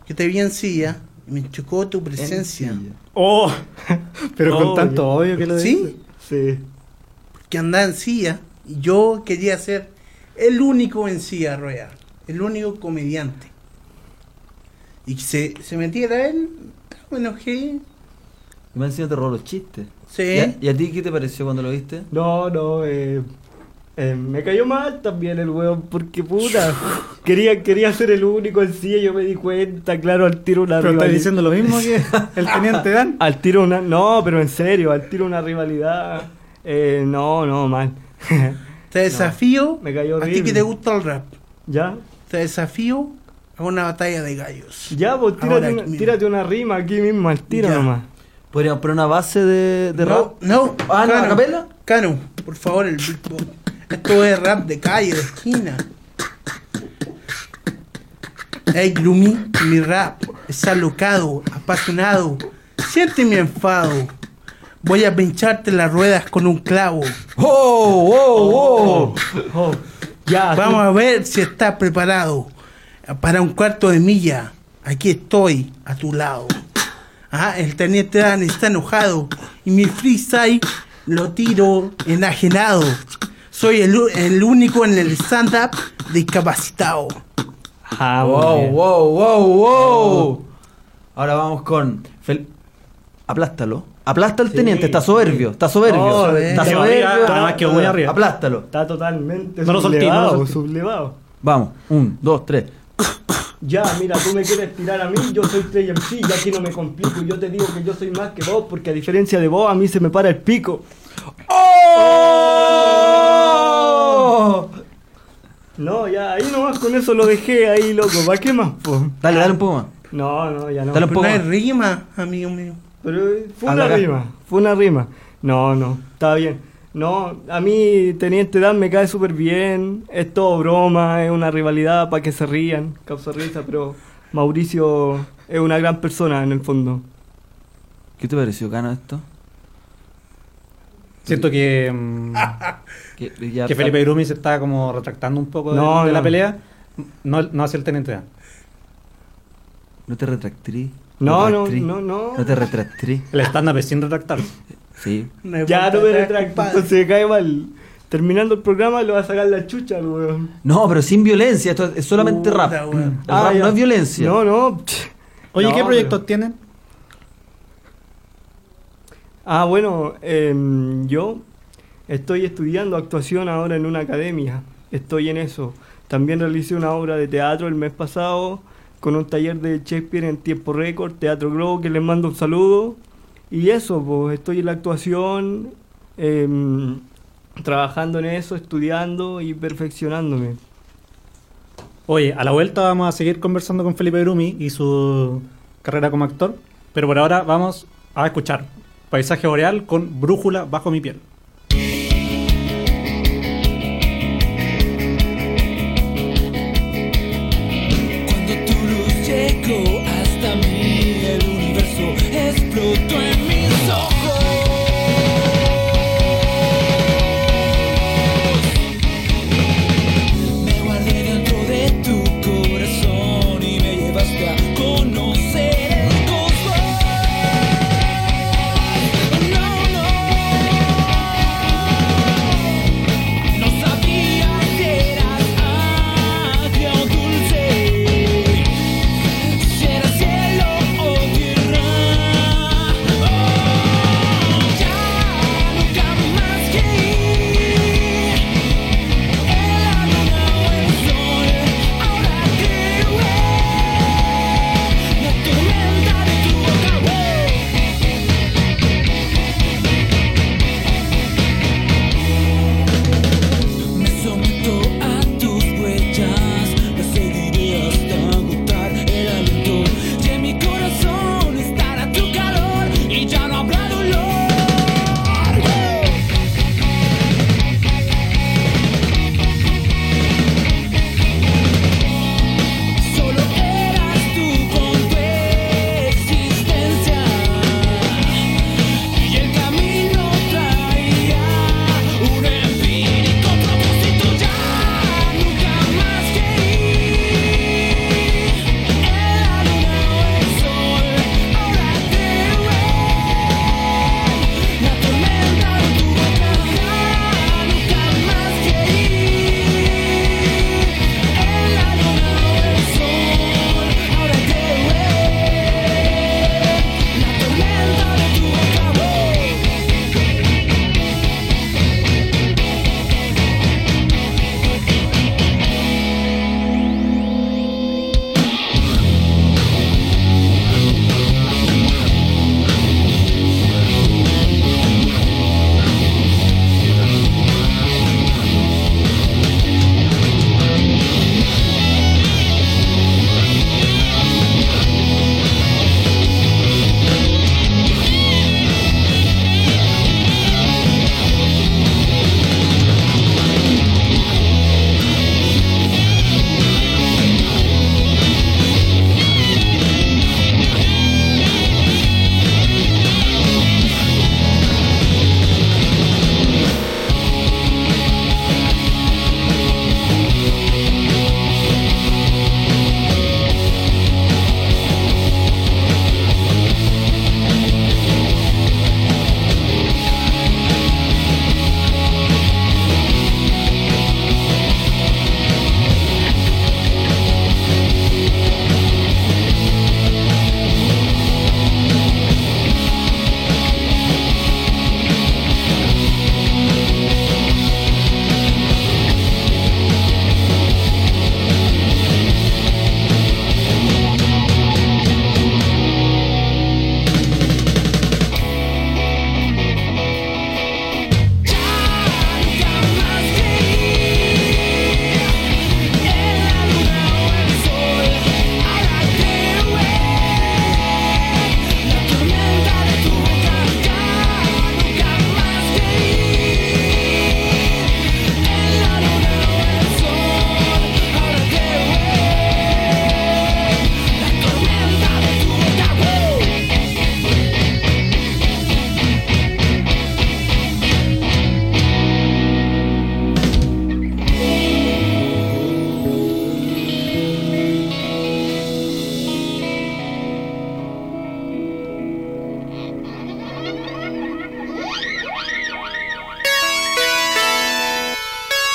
Speaker 3: que te vi en silla, me chocó tu presencia.
Speaker 2: *laughs*
Speaker 1: Oh,
Speaker 12: pero con tanto obvio que lo
Speaker 3: ¿Sí?
Speaker 1: Sí.
Speaker 3: Porque andaba en silla y yo quería ser el único en silla de ruedas, el único comediante. Y que se, se metiera él, me enojé.
Speaker 2: Y me han enseñado te robó los chistes.
Speaker 3: Sí.
Speaker 2: ¿Y a, y a ti qué te pareció cuando lo viste?
Speaker 1: No, no, eh, eh, me cayó mal también el weón, porque
Speaker 2: *laughs*
Speaker 1: puta, quería, quería ser el único en sí, y yo me di cuenta, claro, al tiro una
Speaker 12: Pero estás
Speaker 1: rivali-
Speaker 12: diciendo lo
Speaker 1: *laughs*
Speaker 12: mismo que el teniente Dan.
Speaker 1: Al tiro una, no, pero en serio, al tiro una rivalidad, eh, no, no, mal.
Speaker 3: Te desafío,
Speaker 1: me cayó
Speaker 3: a ti que
Speaker 1: horrible.
Speaker 3: te gusta el rap,
Speaker 1: ¿Ya?
Speaker 3: te desafío a una batalla de gallos.
Speaker 1: Ya, pues tírate,
Speaker 3: Ahora,
Speaker 1: una,
Speaker 3: mira.
Speaker 1: tírate una rima aquí mismo, al tiro
Speaker 3: Ya.
Speaker 1: nomás.
Speaker 2: Podríamos poner una base de, de rap.
Speaker 3: No, no,
Speaker 2: Ah, ¿no? ¿A
Speaker 3: Cano,
Speaker 2: capela?
Speaker 3: Cano, por favor, el beatbox. Esto es rap de calle, de esquina. Hey, Gloomy, mi rap es alocado, apasionado. Siente mi enfado. Voy a pincharte las ruedas con un clavo.
Speaker 2: ¡Oh, oh,
Speaker 1: oh! ya,
Speaker 3: Vamos a ver si estás preparado para un cuarto de milla. Aquí estoy, a tu lado. Ah, el teniente Dan está enojado y mi freestyle lo tiro enajenado. Soy el, u- el único en el stand-up discapacitado.
Speaker 1: Ah, muy
Speaker 2: wow,
Speaker 1: bien. Oh.
Speaker 2: wow, wow, wow. Ahora vamos con. Fel- Aplástalo. Aplasta al teniente, está soberbio, está soberbio.
Speaker 1: Oh,
Speaker 2: está
Speaker 1: eh.
Speaker 2: soberbio.
Speaker 1: Además que muy arriba.
Speaker 2: Aplástalo.
Speaker 1: Está totalmente
Speaker 2: No lo soltí, no lo
Speaker 1: sublevado,
Speaker 2: soltí.
Speaker 1: sublevado.
Speaker 2: Vamos, un, dos, tres.
Speaker 1: Ya, mira, tú me quieres tirar a mí, yo soy Trey MC, ya que no me complico, yo te digo que yo soy más que vos, porque a diferencia de vos, a mí se me para el pico.
Speaker 2: ¡Oh!
Speaker 1: No, ya, ahí nomás con eso lo dejé ahí, loco, ¿para qué más, po?
Speaker 2: Dale, dale un poco más.
Speaker 1: No, no, ya no.
Speaker 2: Dale un poco
Speaker 3: No hay
Speaker 2: más.
Speaker 3: rima, amigo mío.
Speaker 1: Pero eh, fue
Speaker 2: Habla
Speaker 1: una
Speaker 2: acá.
Speaker 1: rima, fue una rima. No, no, está bien. No, a mí Teniente Dan me cae súper bien, es todo broma, es una rivalidad para que se rían, causa risa, pero Mauricio es una gran persona en el fondo.
Speaker 2: ¿Qué te pareció, Cano, esto?
Speaker 12: Siento que, mm,
Speaker 2: Que, ya-
Speaker 12: que Felipe Grumi se está como retractando un poco de,
Speaker 1: No,
Speaker 12: de la
Speaker 1: no.
Speaker 12: pelea. No, no hacia el teniente Dan.
Speaker 2: No te retractrí.
Speaker 1: No, no,
Speaker 2: retractrí,
Speaker 1: no, no.
Speaker 2: No te retractrí.
Speaker 12: El stand-up es sin retractarse.
Speaker 2: Sí.
Speaker 3: No hay
Speaker 1: *laughs* Ya
Speaker 3: falta
Speaker 1: no me
Speaker 3: de
Speaker 1: retracto,
Speaker 3: compadre.
Speaker 1: entonces me cae mal. Terminando el programa le va a sacar la chucha al weón.
Speaker 2: No, pero sin violencia, esto es solamente
Speaker 3: Puta,
Speaker 2: rap.
Speaker 3: weón.
Speaker 2: El
Speaker 1: Ah,
Speaker 2: rap
Speaker 1: ya.
Speaker 2: no es violencia.
Speaker 1: No, no.
Speaker 12: Oye,
Speaker 1: No,
Speaker 12: ¿qué proyectos tienen?
Speaker 1: Ah, bueno, em, yo estoy estudiando actuación ahora en una academia. Estoy en eso. También realicé una obra de teatro el mes pasado con un taller de Shakespeare en tiempo récord, Teatro Globo, que les mando un saludo. Y eso, pues estoy en la actuación, em, trabajando en eso, estudiando y perfeccionándome.
Speaker 12: Oye, a la vuelta vamos a seguir conversando con Felipe Grumi y su carrera como actor. Pero por ahora vamos a escuchar Paisaje Boreal con Brújula bajo mi piel.
Speaker 6: Cuando tu luz llegó hasta mí, el universo explotó en mis ojos. Me guardé dentro de tu corazón y me llevaste a conocer el cosmos. No, no.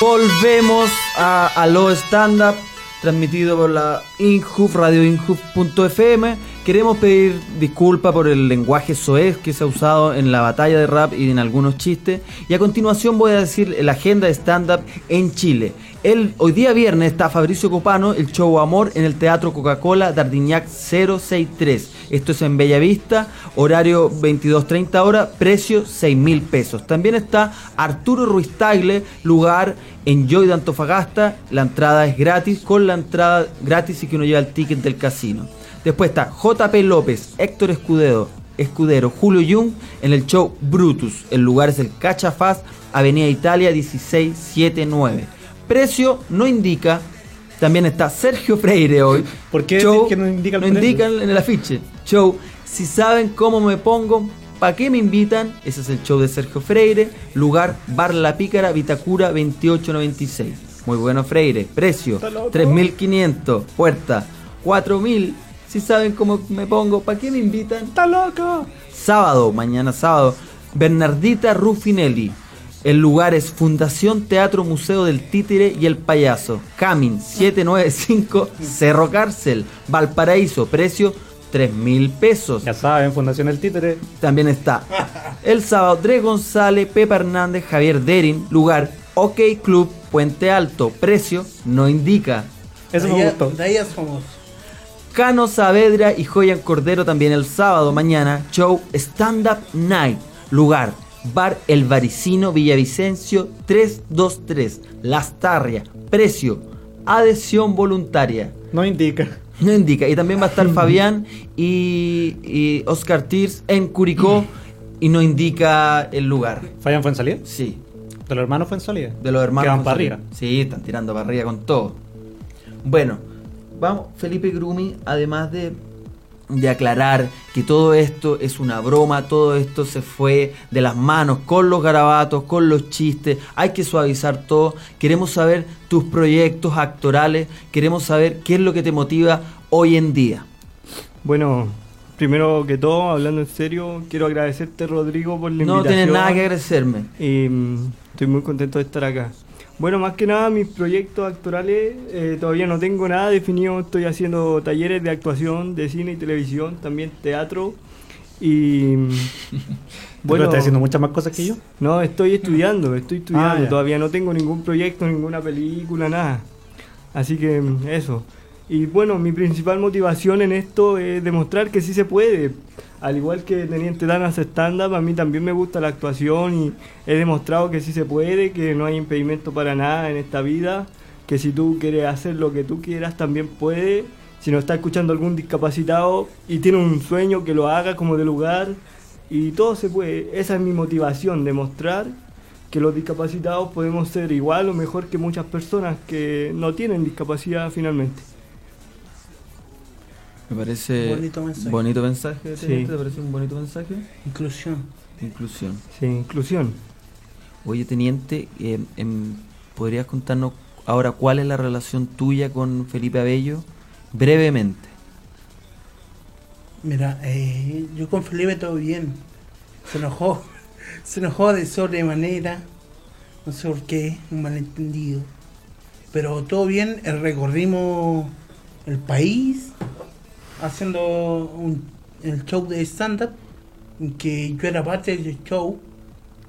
Speaker 2: Volvemos a, a lo stand up transmitido por la Inhub, radio Inhub.fm. Queremos pedir disculpas por el lenguaje soez que se ha usado en la batalla de rap y en algunos chistes. Y a continuación voy a decir la agenda de stand-up en Chile. El, hoy día viernes está Fabricio Copano, el show Amor en el Teatro Coca-Cola Dardignac 063. Esto es en Bellavista, horario 22.30 horas, precio 6 mil pesos. También está Arturo Ruiz Tagle, lugar en Joy de Antofagasta. La entrada es gratis, con la entrada gratis y que uno lleva el ticket del casino. Después está JP López, Héctor Escudero, Escudero, Julio Jung en el show Brutus. El lugar es el Cachafaz, Avenida Italia 1679. Precio no indica. También está Sergio Freire hoy. ¿Por qué que no indica
Speaker 12: el precio?
Speaker 2: indican en el afiche. Show, si saben cómo me pongo, ¿para qué me invitan? Ese es el show de Sergio Freire. Lugar, Bar La Pícara, Vitacura 2896. Muy bueno Freire. Precio,
Speaker 12: Está loco.
Speaker 2: 3.500. Puerta, 4.000. Si saben cómo me pongo, ¿para qué me invitan? ¡Está loco! Sábado, mañana sábado, Bernardita Ruffinelli. El lugar es Fundación Teatro Museo del Títere y el Payaso. Camin 795 Cerro Cárcel, Valparaíso. Precio 3 mil pesos. Ya saben, Fundación del Títere. También está el sábado Dre González, Pepa Hernández, Javier Derin. Lugar OK Club, Puente Alto. Precio no indica.
Speaker 3: de allá- De allá somos.
Speaker 2: Cano Saavedra y Joyan Cordero también el sábado mañana. Show Stand Up Night. Lugar. Bar El Varicino Villavicencio 323. Las Tarrias. Precio. Adhesión voluntaria. No indica. *laughs* No indica. Y también va a estar Fabián y, y Oscar Tirs en Curicó y no indica el lugar. ¿Fabián fue en salida? Sí. ¿De los hermanos fue en salida? De los hermanos.
Speaker 12: Que van para
Speaker 2: Fuenzalida. Sí, están tirando para arriba con todo. Bueno, vamos, Felipe Grumi, además de, de aclarar que todo esto es una broma, todo esto se fue de las manos con los garabatos, con los chistes, hay que suavizar todo. Queremos saber tus proyectos actorales, queremos saber qué es lo que te motiva hoy en día.
Speaker 1: Bueno, primero que todo, hablando en serio, quiero agradecerte, Rodrigo, por la
Speaker 2: No
Speaker 1: invitación.
Speaker 2: tienes nada que agradecerme.
Speaker 1: Y mm, estoy muy contento de estar acá. Bueno, más que nada, mis proyectos actorales eh, todavía no tengo nada definido. Estoy haciendo talleres de actuación, de cine y televisión, también teatro.
Speaker 12: *laughs*
Speaker 1: Y. mm,
Speaker 12: Bueno, estás haciendo muchas más cosas que yo.
Speaker 1: no, estoy estudiando, estoy
Speaker 12: Ah,
Speaker 1: estudiando.
Speaker 12: ya.
Speaker 1: Todavía no tengo ningún proyecto, ninguna película, nada. Así que mm, eso. Y bueno, mi principal motivación en esto es demostrar que sí se puede. Al igual que Teniente Dan hace stand-up, a mí también me gusta la actuación y he demostrado que sí se puede, que no hay impedimento para nada en esta vida, que si tú quieres hacer lo que tú quieras también puede. Si nos está escuchando algún discapacitado y tiene un sueño, que lo haga como de lugar, y todo se puede. Esa es mi motivación, demostrar que los discapacitados podemos ser igual o mejor que muchas personas que no tienen discapacidad finalmente.
Speaker 2: Me parece
Speaker 1: Bonito mensaje.
Speaker 2: bonito mensaje,
Speaker 1: Sí.
Speaker 2: ¿te parece un bonito mensaje?
Speaker 3: Inclusión.
Speaker 2: Inclusión.
Speaker 1: Sí, inclusión.
Speaker 2: Oye, teniente, eh, em, ¿podrías contarnos ahora cuál es la relación tuya con Felipe Abello? Brevemente.
Speaker 3: Mira, eh, yo con Felipe todo bien. Se enojó. *laughs* Se enojó de sobremanera. No sé por qué, un malentendido. Pero todo bien, eh, recorrimos el país haciendo un- el show de stand-up, en que yo era parte del show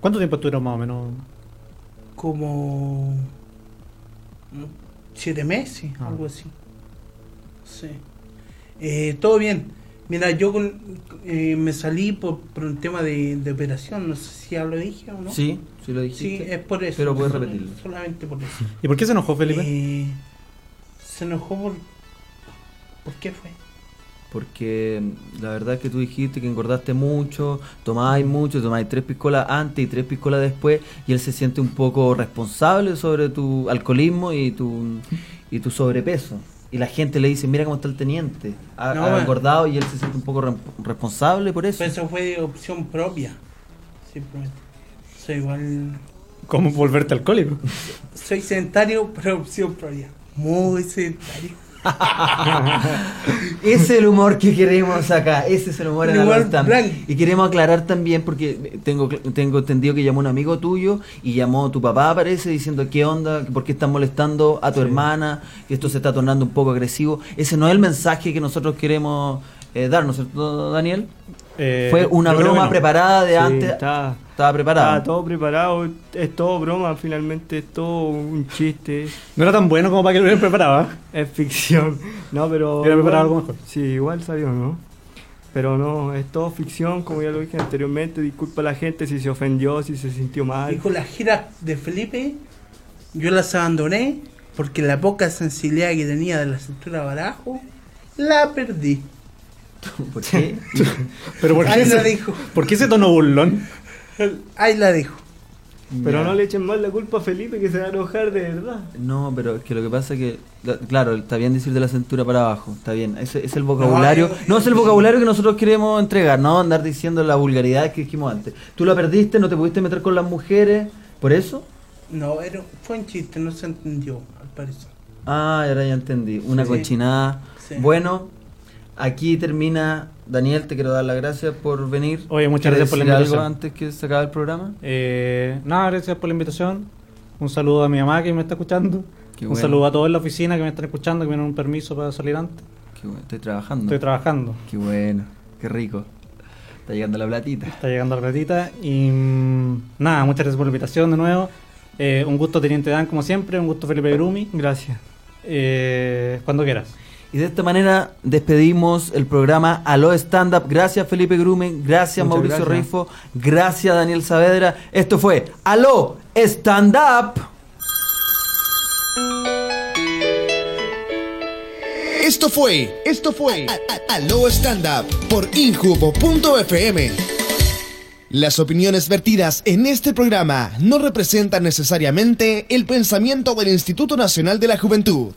Speaker 12: ¿Cuánto tiempo estuvieron más o menos?
Speaker 3: como mm, siete meses,
Speaker 12: Ah.
Speaker 3: algo así. Sí. Eh, todo bien. Mira, yo con- eh, me salí por, por un tema de, de operación, no sé si ya lo dije o no.
Speaker 2: Sí, sí lo dijiste,
Speaker 3: Sí, es por eso.
Speaker 2: pero puedes
Speaker 3: sol-
Speaker 2: repetirlo.
Speaker 3: Solamente por eso.
Speaker 12: ¿Y por qué se enojó Felipe?
Speaker 3: Eh, se enojó por... ¿Por qué fue?
Speaker 2: Porque mm, la verdad es que tú dijiste que engordaste mucho, tomáis mucho, tomáis tres piscolas antes y tres piscolas después, y él se siente un poco responsable sobre tu alcoholismo y tu, y tu sobrepeso. Y la gente le dice, mira cómo está el teniente, ha,
Speaker 3: No,
Speaker 2: ha
Speaker 3: bueno.
Speaker 2: engordado y él se siente un poco re- responsable por eso.
Speaker 3: Pero eso fue opción propia. Simplemente. Soy igual...
Speaker 12: ¿Cómo volverte alcohólico?
Speaker 3: Soy sedentario, pero opción propia. Muy sedentario.
Speaker 2: Ese *laughs* es el humor que queremos acá, ese es el humor
Speaker 3: El
Speaker 2: en
Speaker 3: humor
Speaker 2: Albertam.
Speaker 3: blanco.
Speaker 2: Y queremos aclarar también, porque tengo, cl- tengo entendido que llamó un amigo tuyo y llamó tu papá, parece, diciendo qué onda, por qué están molestando a tu hermana, que esto se está tornando un poco agresivo. Ese no es el mensaje que nosotros queremos eh, dar, ¿no es cierto, Daniel?
Speaker 1: Eh,
Speaker 2: Fue una
Speaker 1: yo creo
Speaker 2: broma
Speaker 1: que no.
Speaker 2: preparada de
Speaker 1: Sí,
Speaker 2: antes.
Speaker 1: está-
Speaker 2: estaba preparado.
Speaker 1: Estaba todo preparado, es todo broma, finalmente es todo un chiste. *laughs*
Speaker 12: No era tan bueno como para que lo hubieran preparado. ¿ah?
Speaker 1: Es ficción. No, pero.
Speaker 12: Hubiera
Speaker 1: igual-
Speaker 12: preparado algo mejor.
Speaker 1: Sí, igual salió, ¿no? Pero no, es todo ficción, como ya lo dije anteriormente. Disculpa a la gente si se ofendió, si se sintió mal.
Speaker 3: Y con las giras de Felipe, yo las abandoné porque la poca sensibilidad que tenía de la cintura para abajo, la perdí.
Speaker 2: ¿Por qué?
Speaker 12: *laughs* Pero ¿por qué,
Speaker 3: Ahí la
Speaker 12: ese,
Speaker 3: dijo.
Speaker 12: ¿por qué ese tono burlón?
Speaker 3: Ahí la dejo.
Speaker 1: Pero
Speaker 2: Ya.
Speaker 1: no le echen más la culpa a Felipe que se va a enojar de verdad.
Speaker 2: No, pero es que lo que pasa es que, la- claro, está bien decir de la cintura para abajo, está bien. Ese es el vocabulario.
Speaker 1: No, yo-
Speaker 2: No, es
Speaker 3: eh,
Speaker 2: el vocabulario que nosotros queremos entregar, no andar diciendo la vulgaridad que dijimos antes. Tú la perdiste, no te pudiste meter con las mujeres, ¿por eso?
Speaker 3: No, era, fue un chiste, no se entendió, al parecer.
Speaker 2: Ah, ahora ya entendí. Una
Speaker 3: Sí.
Speaker 2: cochinada.
Speaker 3: Sí.
Speaker 2: Bueno, aquí termina. Daniel, te quiero dar las gracias por venir.
Speaker 12: Oye, muchas
Speaker 2: ¿Quieres
Speaker 12: gracias por la
Speaker 2: decir
Speaker 12: invitación.
Speaker 2: algo antes que se acabe el programa?
Speaker 12: Eh, nada, gracias por la invitación. Un saludo a mi mamá que me está escuchando.
Speaker 2: Qué
Speaker 12: un
Speaker 2: bueno.
Speaker 12: saludo a todos en la oficina que me están escuchando, que me dieron un permiso para salir antes.
Speaker 2: Qué bueno, estoy trabajando.
Speaker 12: Estoy trabajando.
Speaker 2: Qué bueno, qué rico. Está llegando la platita.
Speaker 12: Está llegando la platita. Y mm, nada, muchas gracias por la invitación de nuevo. Eh, un gusto, Teniente Dan, como siempre. Un gusto, Felipe Grumi. Eh,
Speaker 1: Gracias.
Speaker 12: cuando quieras.
Speaker 2: Y de esta manera despedimos el programa Ah, Aló Stand Up. Gracias Felipe Grumen, gracias
Speaker 1: Muchas
Speaker 2: Mauricio
Speaker 1: gracias.
Speaker 2: Rifo, gracias Daniel Saavedra. Esto fue Aló Stand Up.
Speaker 11: Esto fue, esto fue A- A- Aló Stand Up por Injubo.fm. Las opiniones vertidas en este programa no representan necesariamente el pensamiento del Instituto Nacional de la Juventud.